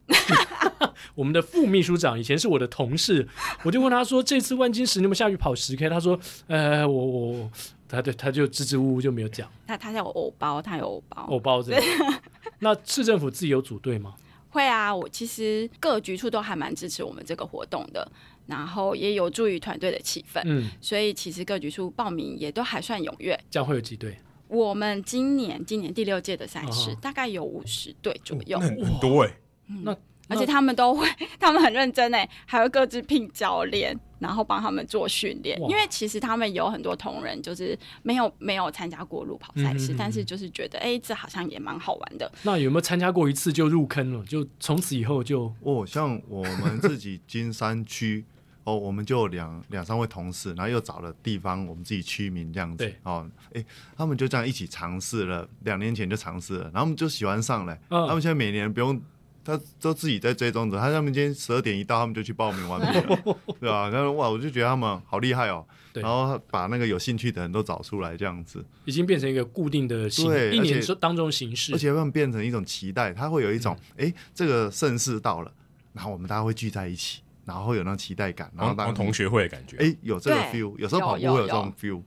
Speaker 2: 我们的副秘书长以前是我的同事，我就问他说：“这次万金石你有没有下去跑十 K？” 他说：“呃，我我我，他对他就支支吾吾就没有讲。
Speaker 3: 他他有偶包，他有偶包。
Speaker 2: 我包着。 *laughs* 那市政府自己有组队吗？
Speaker 3: 会啊，我其实各局处都还蛮支持我们这个活动的，然后也有助于团队的气氛。
Speaker 2: 嗯，
Speaker 3: 所以其实各局处报名也都还算踊跃。
Speaker 2: 这样会有几队？
Speaker 3: 我们今年今年第六届的赛事
Speaker 2: 哦
Speaker 3: 大概有五十队左右
Speaker 1: 那，很很多哎、
Speaker 3: 而
Speaker 2: 嗯
Speaker 3: 且他们都会， *laughs* 他们很认真哎，还会各自聘教练，然后帮他们做训练。
Speaker 2: 哇
Speaker 3: 因为其实他们有很多同仁就是没有没有参加过路跑赛
Speaker 2: 嗯
Speaker 3: 事，
Speaker 2: 哼嗯哼
Speaker 3: 但是就是觉得哎、这好像也蛮好玩的。
Speaker 2: 那有没有参加过一次就入坑了？就从此以后就
Speaker 4: 哦，像我们自己金山区 *laughs* 哦，我们就有两两三位同事，然后又找了地方我们自己区民这样子
Speaker 2: 对
Speaker 4: 哦，哎，他们就这样一起尝试了，两年前就尝试了，然后他们就喜欢上了，
Speaker 2: 嗯
Speaker 4: 他们现在每年不用。他都自己在追踪着，他他们今天十二点一到，他们就去报名完毕
Speaker 2: *laughs*
Speaker 4: 了，对吧、然后哇，我就觉得他们好厉害哦，
Speaker 2: 对
Speaker 4: 然后把那个有兴趣的人都找出来这样子，
Speaker 2: 已经变成一个固定的形，
Speaker 4: 对
Speaker 2: 一年
Speaker 4: 而且
Speaker 2: 当中形式
Speaker 4: 而。且让变成一种期待，它会有一种
Speaker 2: 嗯
Speaker 4: 哎、诶这个盛世到了，然后我们大家会聚在一起，然后会有那种期待感，然
Speaker 1: 然
Speaker 4: 后
Speaker 1: 后
Speaker 4: 大
Speaker 1: 然
Speaker 4: 家
Speaker 1: 后同学会的感觉。
Speaker 4: 哎、有这个
Speaker 3: 对
Speaker 4: feel，有时候
Speaker 3: 有
Speaker 4: 跑步会
Speaker 3: 有
Speaker 4: 有这种 feel，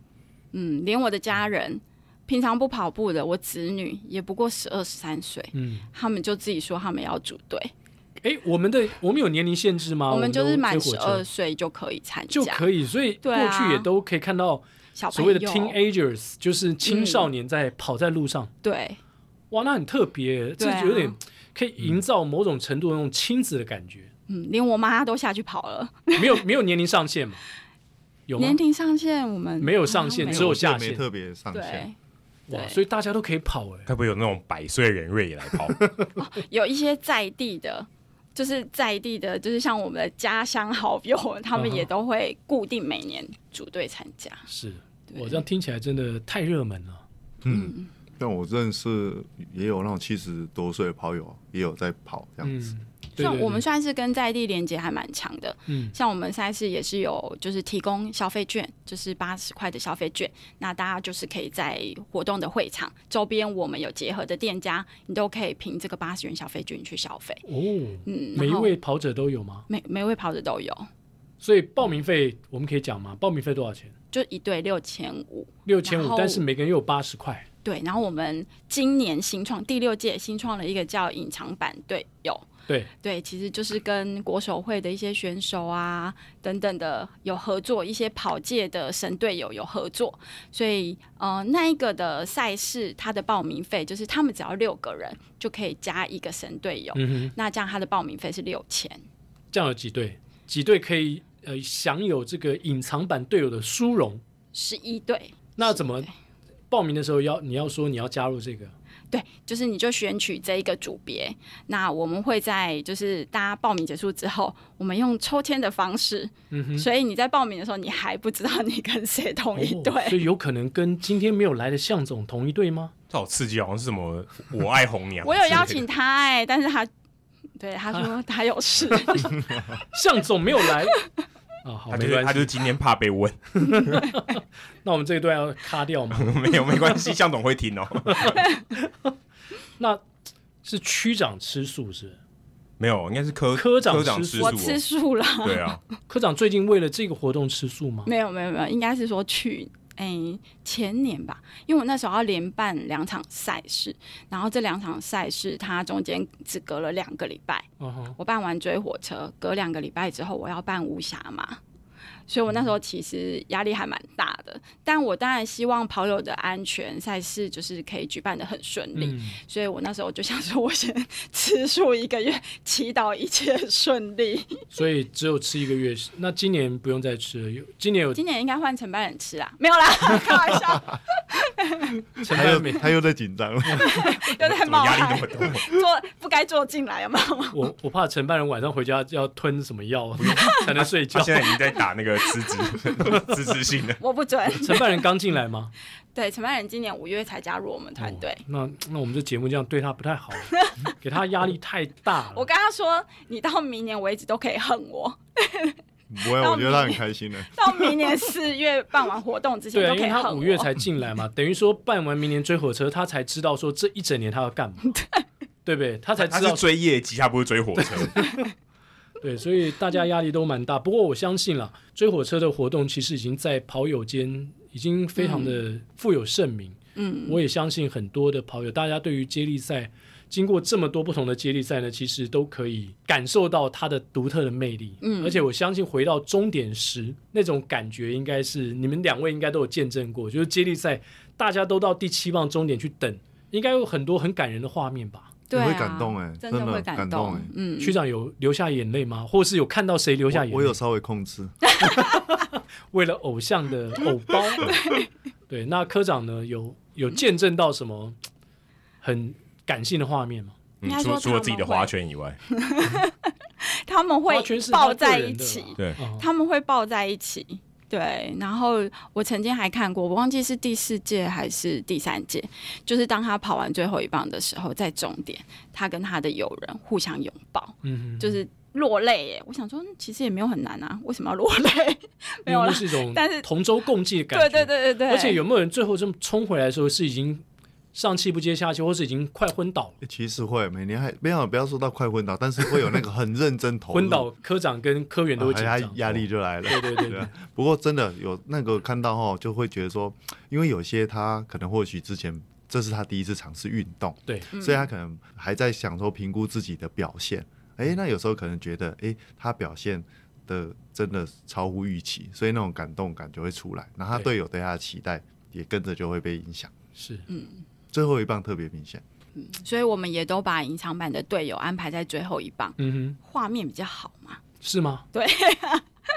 Speaker 3: 嗯，连我的家人平常不跑步的，我子女也不过十二十三岁，
Speaker 2: 嗯，
Speaker 3: 他们就自己说他们要组队，
Speaker 2: 哎、我们的我们有年龄限制吗？
Speaker 3: 我们就是
Speaker 2: 的
Speaker 3: 满
Speaker 2: 追
Speaker 3: 十
Speaker 2: 火车
Speaker 3: 二岁就可以参
Speaker 2: 就
Speaker 3: 加，
Speaker 2: 可以，所以过
Speaker 3: 对啊
Speaker 2: 去也都可以看到
Speaker 3: 小朋
Speaker 2: 所
Speaker 3: 友嗯
Speaker 2: 谓的 teenagers，就是青少年在跑在路上，
Speaker 3: 对
Speaker 2: 哇，那很特别，这
Speaker 3: 对啊
Speaker 2: 有点可
Speaker 4: 嗯
Speaker 2: 以营造某种程度的那种亲子的感觉，
Speaker 3: 嗯，连我妈都下去跑了。
Speaker 2: 没有没有年龄上限嘛？有吗
Speaker 3: 年？龄上限我们
Speaker 2: 没有上限
Speaker 3: 好
Speaker 2: 只
Speaker 3: 像
Speaker 2: 有
Speaker 4: 我
Speaker 2: 下
Speaker 4: 没
Speaker 2: 线
Speaker 4: 特别上
Speaker 3: 没有
Speaker 4: 线，
Speaker 3: 对。
Speaker 2: 哇，
Speaker 3: 对
Speaker 2: 所以大家都可以跑哎、
Speaker 1: 该不会有那种百岁人瑞也来跑？
Speaker 3: 有一些在地的，就是在地的，就是像我们的家乡好友， *laughs* 他
Speaker 2: 嗯
Speaker 3: 们也都会固定每年组队参加。
Speaker 2: 是
Speaker 3: 对
Speaker 2: 我这样听起来真的太热门了，
Speaker 4: 嗯。但我认识也有那种七十多岁的跑友，也有在跑这样子。
Speaker 2: 嗯，对
Speaker 3: 像
Speaker 2: 对
Speaker 3: 我们
Speaker 2: 对，
Speaker 3: 算是跟在地连接还蛮强的，
Speaker 2: 嗯
Speaker 3: 像我们赛事也是有就是提供消费券，就是八十块的消费券，那大家就是可以在活动的会场周边，我们有结合的店家，你都可以凭这个八十元消费券去消费。
Speaker 2: 哦，
Speaker 3: 嗯，
Speaker 2: 每一
Speaker 3: 然后
Speaker 2: 位跑者都有吗？
Speaker 3: 每每位跑者都有，
Speaker 2: 所以报名费我们可以讲吗？报名费多少钱？
Speaker 3: 就一队六千五。
Speaker 2: 六千
Speaker 3: 然
Speaker 2: 五，
Speaker 3: 后
Speaker 2: 但是每个人又有八十块。
Speaker 3: 对，然后我们今年新创第六届新创了一个叫隐藏版队友，
Speaker 2: 对，
Speaker 3: 对，其实就是跟国手会的一些选手啊等等的有合作，一些跑界的神队友有合作，所以呃那一个的赛事它的报名费就是他们只要六个人就可以加一个神队友，
Speaker 2: 嗯哼，
Speaker 3: 那这样他的报名费是六千，
Speaker 2: 这样有几队？几队可以呃享有这个隐藏版队友的殊荣？
Speaker 3: 十一队。
Speaker 2: 那怎么报名的时候要你要说你要加入这个？
Speaker 3: 对，就是你就选取这一个组别，那我们会在就是大家报名结束之后，我们用抽签的方式，
Speaker 2: 嗯哼，
Speaker 3: 所以你在报名的时候，你还不知道你跟谁同一队。
Speaker 2: 哦所以有可能跟今天没有来的向总同一队吗？
Speaker 1: *laughs* 这好刺激，哦好像是什么我爱红娘。
Speaker 3: 我有邀请，他哎、但是他对他说他有事， *laughs*
Speaker 2: 向总没有来。啊，好，
Speaker 1: 他就
Speaker 2: 没
Speaker 1: 是
Speaker 2: 关
Speaker 1: 他就是
Speaker 2: 系。
Speaker 1: 今天怕被问， *laughs*
Speaker 2: 那我们这一段要卡掉吗？
Speaker 1: *laughs* 没有没关
Speaker 3: *laughs*
Speaker 1: 系，向总会听哦。
Speaker 2: 那是区长吃素是不是？
Speaker 1: 没有，应该是科
Speaker 2: 科长
Speaker 1: 科长
Speaker 2: 吃
Speaker 1: 吃
Speaker 2: 素
Speaker 1: 素
Speaker 3: 我
Speaker 1: 哦，
Speaker 3: 吃素了，
Speaker 1: 对啊，
Speaker 2: 科长最近为了这个活动吃素吗？
Speaker 3: 没有没有没有，应该是说去哎、前年吧，因为我那时候要连办两场赛事，然后这两场赛事它中间只隔了两个礼拜，
Speaker 2: 嗯哼，
Speaker 3: 我办完追火车，隔两个礼拜之后我要办无暇嘛，所以我那
Speaker 1: 嗯
Speaker 3: 时候其实压力还蛮大的，但我当然希望跑友的安全赛事就是可以举办的很顺利，
Speaker 2: 嗯，
Speaker 3: 所以我那时候就想说，我先吃素一个月，祈祷一切顺利。
Speaker 2: 所以只有吃一个月。那今年不用再吃了，有今年有
Speaker 3: 今年应该换承办人吃啊，没有啦，开玩
Speaker 1: *laughs*
Speaker 3: 笑，
Speaker 2: 承
Speaker 4: 他
Speaker 2: 办
Speaker 4: 又
Speaker 2: 嗯没？
Speaker 4: 他又在紧张
Speaker 2: *laughs*
Speaker 4: 了，
Speaker 3: 有点
Speaker 1: 怎么
Speaker 3: *laughs* 冒
Speaker 1: 压力那
Speaker 3: 汗
Speaker 1: 么，多？
Speaker 3: 坐不该坐进来有没有？ *laughs*
Speaker 2: 我我怕承办人晚上回家要吞什么药 *laughs* 才能睡觉
Speaker 1: 他。现在已经在打那个辞
Speaker 3: *laughs*
Speaker 1: 职辞职信了。
Speaker 3: 我不准。
Speaker 2: 承办人刚进来吗？
Speaker 3: 对，承办人今年五月才加入我们团队。
Speaker 2: 哦那那我们这节目这样对他不太好，给他压力太大
Speaker 3: 我
Speaker 2: 了。
Speaker 3: 跟他说，你到明年为止都可以恨我，
Speaker 4: 不会，我觉得他很开心的。
Speaker 3: 到明年四月办完活动之前
Speaker 2: 对啊，
Speaker 3: 都
Speaker 2: 因
Speaker 3: 可
Speaker 2: 为
Speaker 3: 以哦
Speaker 2: 他
Speaker 3: 恨
Speaker 2: 五月
Speaker 3: 我。
Speaker 2: 才进来嘛，等于说办完明年追火车，他才知道说这一整年他要干嘛，对不对？他才
Speaker 1: 他
Speaker 2: 知
Speaker 1: 是
Speaker 2: 道，
Speaker 1: 追业绩，他不是追火
Speaker 3: *laughs*
Speaker 1: 车。嗯
Speaker 2: 对，所以大家压力都蛮大。不过我相信啦，追火车的活动其实已经在跑友间已经非常的富有盛名。
Speaker 3: 嗯，
Speaker 2: 我也相信很多的跑友，大家对于接力赛，经过这么多不同的接力赛呢，其实都可以感受到它的独特的魅力。
Speaker 3: 嗯
Speaker 2: 而且我相信回到终点时那种感觉，应该是你们两位应该都有见证过，就是接力赛大家都到第七棒终点去等，应该有很多很感人的画面吧？
Speaker 3: 对、啊，
Speaker 4: 会感动欸
Speaker 3: 真
Speaker 4: 真的
Speaker 3: 会
Speaker 4: 感
Speaker 3: 动
Speaker 4: 动欸
Speaker 3: 嗯，
Speaker 2: 区长有流下眼泪吗？或是有看到谁流下眼泪？
Speaker 4: 我我有稍微控制，
Speaker 2: 为了偶像的
Speaker 3: 嗯
Speaker 2: 偶
Speaker 3: *laughs*
Speaker 2: 包。对，那科长呢，有有见证到什么很感性的画面吗？
Speaker 3: 应
Speaker 1: 嗯
Speaker 3: 该，
Speaker 1: 除
Speaker 3: 说
Speaker 1: 除了自己
Speaker 3: 他
Speaker 1: 的
Speaker 3: 们会
Speaker 1: 花圈以外，
Speaker 3: 他们会
Speaker 2: 花圈是他
Speaker 3: 抱
Speaker 2: 个
Speaker 3: 在
Speaker 2: 人
Speaker 3: 一
Speaker 2: 的
Speaker 3: 起
Speaker 2: 啦。
Speaker 1: 对，
Speaker 2: 哦
Speaker 3: 他们会抱在一起。对，然后我曾经还看过，我忘记是第四届还是第三届，就是当他跑完最后一棒的时候，在终点，他跟他的友人互相拥抱，
Speaker 2: 嗯哼，
Speaker 3: 就是落泪耶。我想说，嗯其实也没有很难啊，为什么要落泪？ *laughs* 没有
Speaker 2: 因为
Speaker 3: 啦
Speaker 2: 那，是一种
Speaker 3: 但是
Speaker 2: 同舟共济的感
Speaker 3: 对
Speaker 2: 觉。
Speaker 3: 对对对对，
Speaker 2: 而且有没有人最后这么冲回来的时候是已经上气不接下气，或是已经快昏倒了？
Speaker 4: 欸其实会每年还没有不要说到快昏倒，但是会有那个很认真投入，
Speaker 2: 昏倒，科长跟科员都会
Speaker 4: 啊
Speaker 2: 紧
Speaker 4: 他
Speaker 2: 张。哦
Speaker 4: 压力就来了。
Speaker 2: 对对对
Speaker 4: 对
Speaker 2: 对
Speaker 4: 啊，不过真的有那个看到后，就会觉得说，因为有些他可能或许之前这是他第一次尝试运动，
Speaker 2: 对，
Speaker 4: 所以他可能还在想说评估自己的表现。诶，那有时候可能觉得，诶，他表现的真的超乎预期，所以那种感动感就会出来，然后他
Speaker 2: 对
Speaker 4: 队友对他的期待也跟着就会被影响。
Speaker 2: 是
Speaker 4: 最后一棒特别明显，
Speaker 3: 所以我们也都把隐藏版的队友安排在最后一棒，
Speaker 2: 嗯
Speaker 3: 画面比较好嘛。
Speaker 2: 哼，是吗？
Speaker 3: 对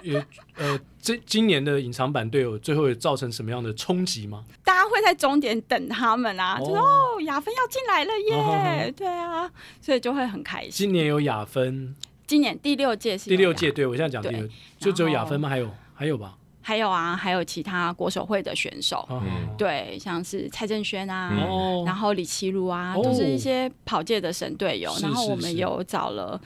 Speaker 2: 有呃，这今年的隐藏版队友最后有造成什么样的冲击吗？
Speaker 3: 大家会在终点等他们啊，就说
Speaker 2: 哦
Speaker 3: 哦，雅芬要进来了耶，
Speaker 2: 哦哦哦
Speaker 3: 对啊，所以就会很开心。
Speaker 2: 今年有雅芬，
Speaker 3: 今年第六届是
Speaker 2: 第
Speaker 3: 有
Speaker 2: 六
Speaker 3: 雅
Speaker 2: 届，对我现在讲第六
Speaker 3: 对，
Speaker 2: 就只有雅
Speaker 3: 然后
Speaker 2: 芬吗？还有还有吧？
Speaker 3: 还有啊，还有其他国手会的选手，
Speaker 2: 哦
Speaker 1: 嗯，
Speaker 3: 对，像是蔡正轩啊，
Speaker 1: 嗯
Speaker 2: 哦，
Speaker 3: 然后李奇儒啊，
Speaker 2: 哦
Speaker 3: 都是一些跑界的神队友。
Speaker 2: 是
Speaker 3: 然后我
Speaker 2: 是
Speaker 3: 们
Speaker 2: 是
Speaker 3: 有找了，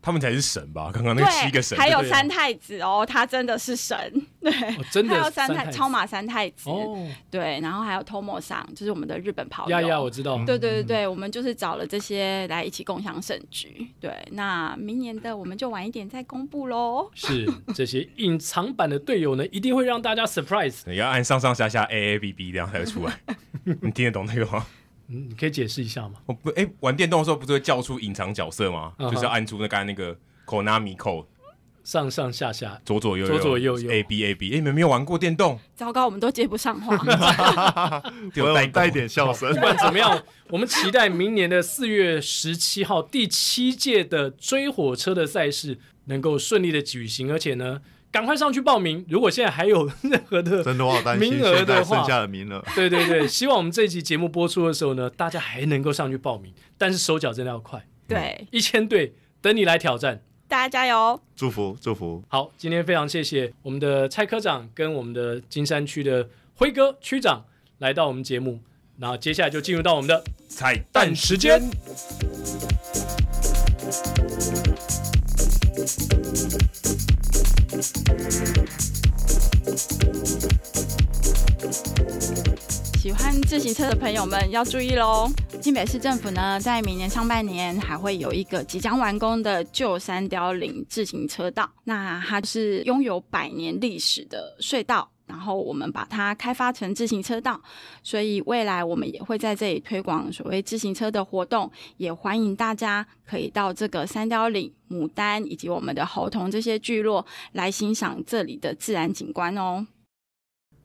Speaker 1: 他们才是神吧？刚刚那个七个
Speaker 3: 对，
Speaker 1: 神，
Speaker 3: 还有
Speaker 2: 对啊
Speaker 3: 三太子哦，他真的是神，
Speaker 2: 哦真
Speaker 3: 还
Speaker 2: 的
Speaker 3: 有三太
Speaker 2: 太
Speaker 3: 超马三太子，
Speaker 2: 哦，
Speaker 3: 对，然后还有 Tomo 上，就是我们的日本跑
Speaker 2: 呀呀，
Speaker 3: 友。
Speaker 2: 我知道，
Speaker 3: 对对对对，我们就是找了这些来一起共享盛举。对，那明年的我们就晚一点再公布喽。
Speaker 2: 是这些隐藏版的队友呢，一定会让大家 surprise。
Speaker 1: 你要按上上下下 A A B B 这样才会出
Speaker 3: *laughs*
Speaker 1: 来。你听得懂那个吗？
Speaker 2: 嗯，你可以解释一下吗？
Speaker 1: 我不哎，玩电动的时候不是会叫出隐藏角色吗？
Speaker 2: 嗯哼
Speaker 1: 就是要按出那刚才那个 Konami code，
Speaker 2: 上上下下，
Speaker 1: 左左右右，
Speaker 2: 左左右右
Speaker 1: A B A B。哎，你们没有玩过电动？
Speaker 3: 糟糕，我们都接不上话。 *laughs*
Speaker 1: 只有
Speaker 4: 我有
Speaker 1: 代
Speaker 4: 带
Speaker 1: 带
Speaker 4: 一点
Speaker 2: *laughs*
Speaker 4: 笑声
Speaker 2: 不。管怎么样，我们期待明年的四月十七号第七届的追火车的赛事能够顺利的举行，而且呢，赶快上去报名。如果现在还有任何的，
Speaker 4: 真的我好担心
Speaker 2: 名额的
Speaker 4: 现在剩
Speaker 2: 话
Speaker 4: 下的名额。
Speaker 2: 对对对，希望我们这一集节目播出的时候呢，大家还能够上去报名，但是手脚真的要快，
Speaker 3: 对，
Speaker 2: 一千队等你来挑战。
Speaker 3: 大家加油！
Speaker 4: 祝福祝福，
Speaker 2: 好，今天非常谢谢我们的蔡科长跟我们的金山区的辉哥区长来到我们节目，然后接下来就进入到我们的
Speaker 1: 彩蛋时间。
Speaker 3: 喜欢自行车的朋友们要注意喽！新北市政府呢，在明年上半年还会有一个即将完工的旧三貂岭自行车道，那它是拥有百年历史的隧道。然后我们把它开发成自行车道，所以未来我们也会在这里推广所谓自行车的活动，也欢迎大家可以到这个三貂岭、牡丹以及我们的猴童这些聚落来欣赏这里的自然景观哦。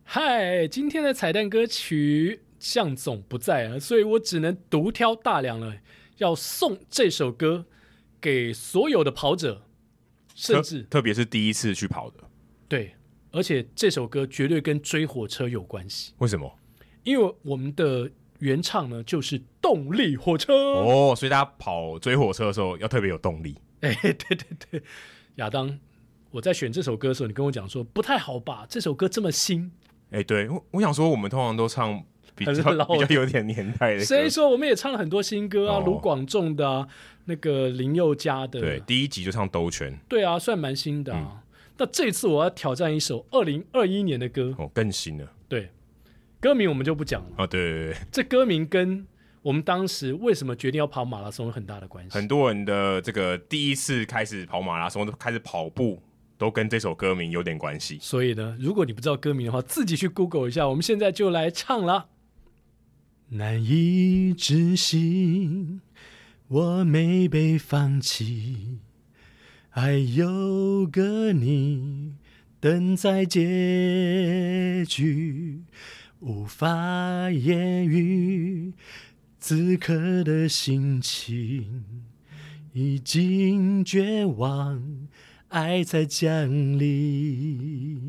Speaker 2: 嗨，今天的彩蛋歌曲向总不在啊，所以我只能独挑大梁了，要送这首歌给所有的跑者，甚
Speaker 1: 特
Speaker 2: 至
Speaker 1: 特别是第一次去跑的，
Speaker 2: 对，而且这首歌绝对跟追火车有关系，
Speaker 1: 为什么？
Speaker 2: 因为我们的原唱呢就是动力火车。
Speaker 1: 哦，所以大家跑追火车的时候要特别有动力。
Speaker 2: *laughs* 哎，对对对，亚当，我在选这首歌的时候，你跟我讲说不太好吧，这首歌这么新，
Speaker 1: 哎、对我我想说，我们通常都唱比较
Speaker 2: 很
Speaker 1: 比
Speaker 2: 老的
Speaker 1: 较有点年代的歌，
Speaker 2: 谁说我们也唱了很多新歌啊？
Speaker 1: 哎哦
Speaker 2: 卢广仲的、啊，那个林宥嘉的，啊
Speaker 1: 对，嗯第一集就唱兜圈，
Speaker 2: 对啊，算蛮新的啊。那这次我要挑战一首二零二一年的歌，
Speaker 1: 哦，更新了
Speaker 2: 对，歌名我们就不讲了。
Speaker 1: 啊、哦，对对对对，
Speaker 2: 这歌名跟我们当时为什么决定要跑马拉松有很大的关系。
Speaker 1: 很多人的这个第一次开始跑马拉松，都开始跑步，都跟这首歌名有点关
Speaker 2: *laughs*
Speaker 1: 系。
Speaker 2: 所以呢，如果你不知道歌名的话，自己去 Google 一下。我们现在就来唱了。难以置信，我没被放弃，还有个你等在结局，无法言喻此刻的心情。已经绝望，爱才降临。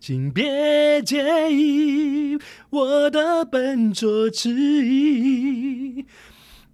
Speaker 2: 请别介意我的笨拙迟疑，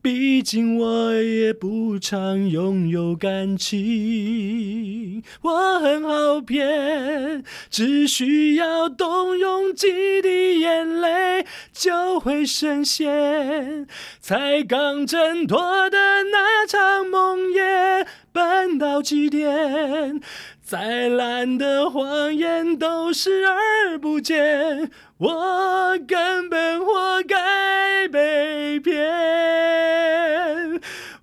Speaker 2: 毕竟我也不常拥有感情。我很好骗，只需要动用几滴眼泪就会深陷。才刚挣脱的那场梦魇，搬到极点。再烂的谎言都视而不见，我根本活该被骗，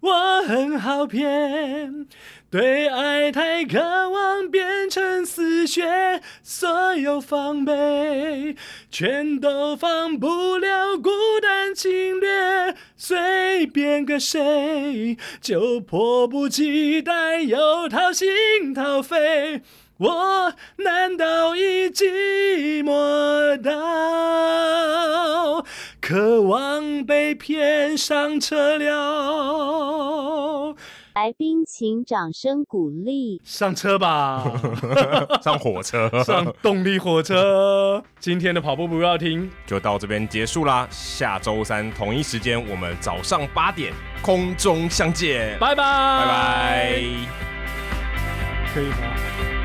Speaker 2: 我很好骗。对爱太渴望，变成死穴，所有防备全都防不了孤单侵略。随便个谁，就迫不及待又掏心掏肺。我难道已寂寞到渴望被骗上车了？
Speaker 5: 来宾请掌声鼓励。
Speaker 2: 上车 *laughs* 吧，
Speaker 1: 上火车，
Speaker 2: 上动力火车。今天的跑步不要停，
Speaker 1: 就到这边结束啦。下周三同一时间，我们早上八点空中相见，
Speaker 2: 拜拜，
Speaker 1: 拜拜。
Speaker 2: 可以吗？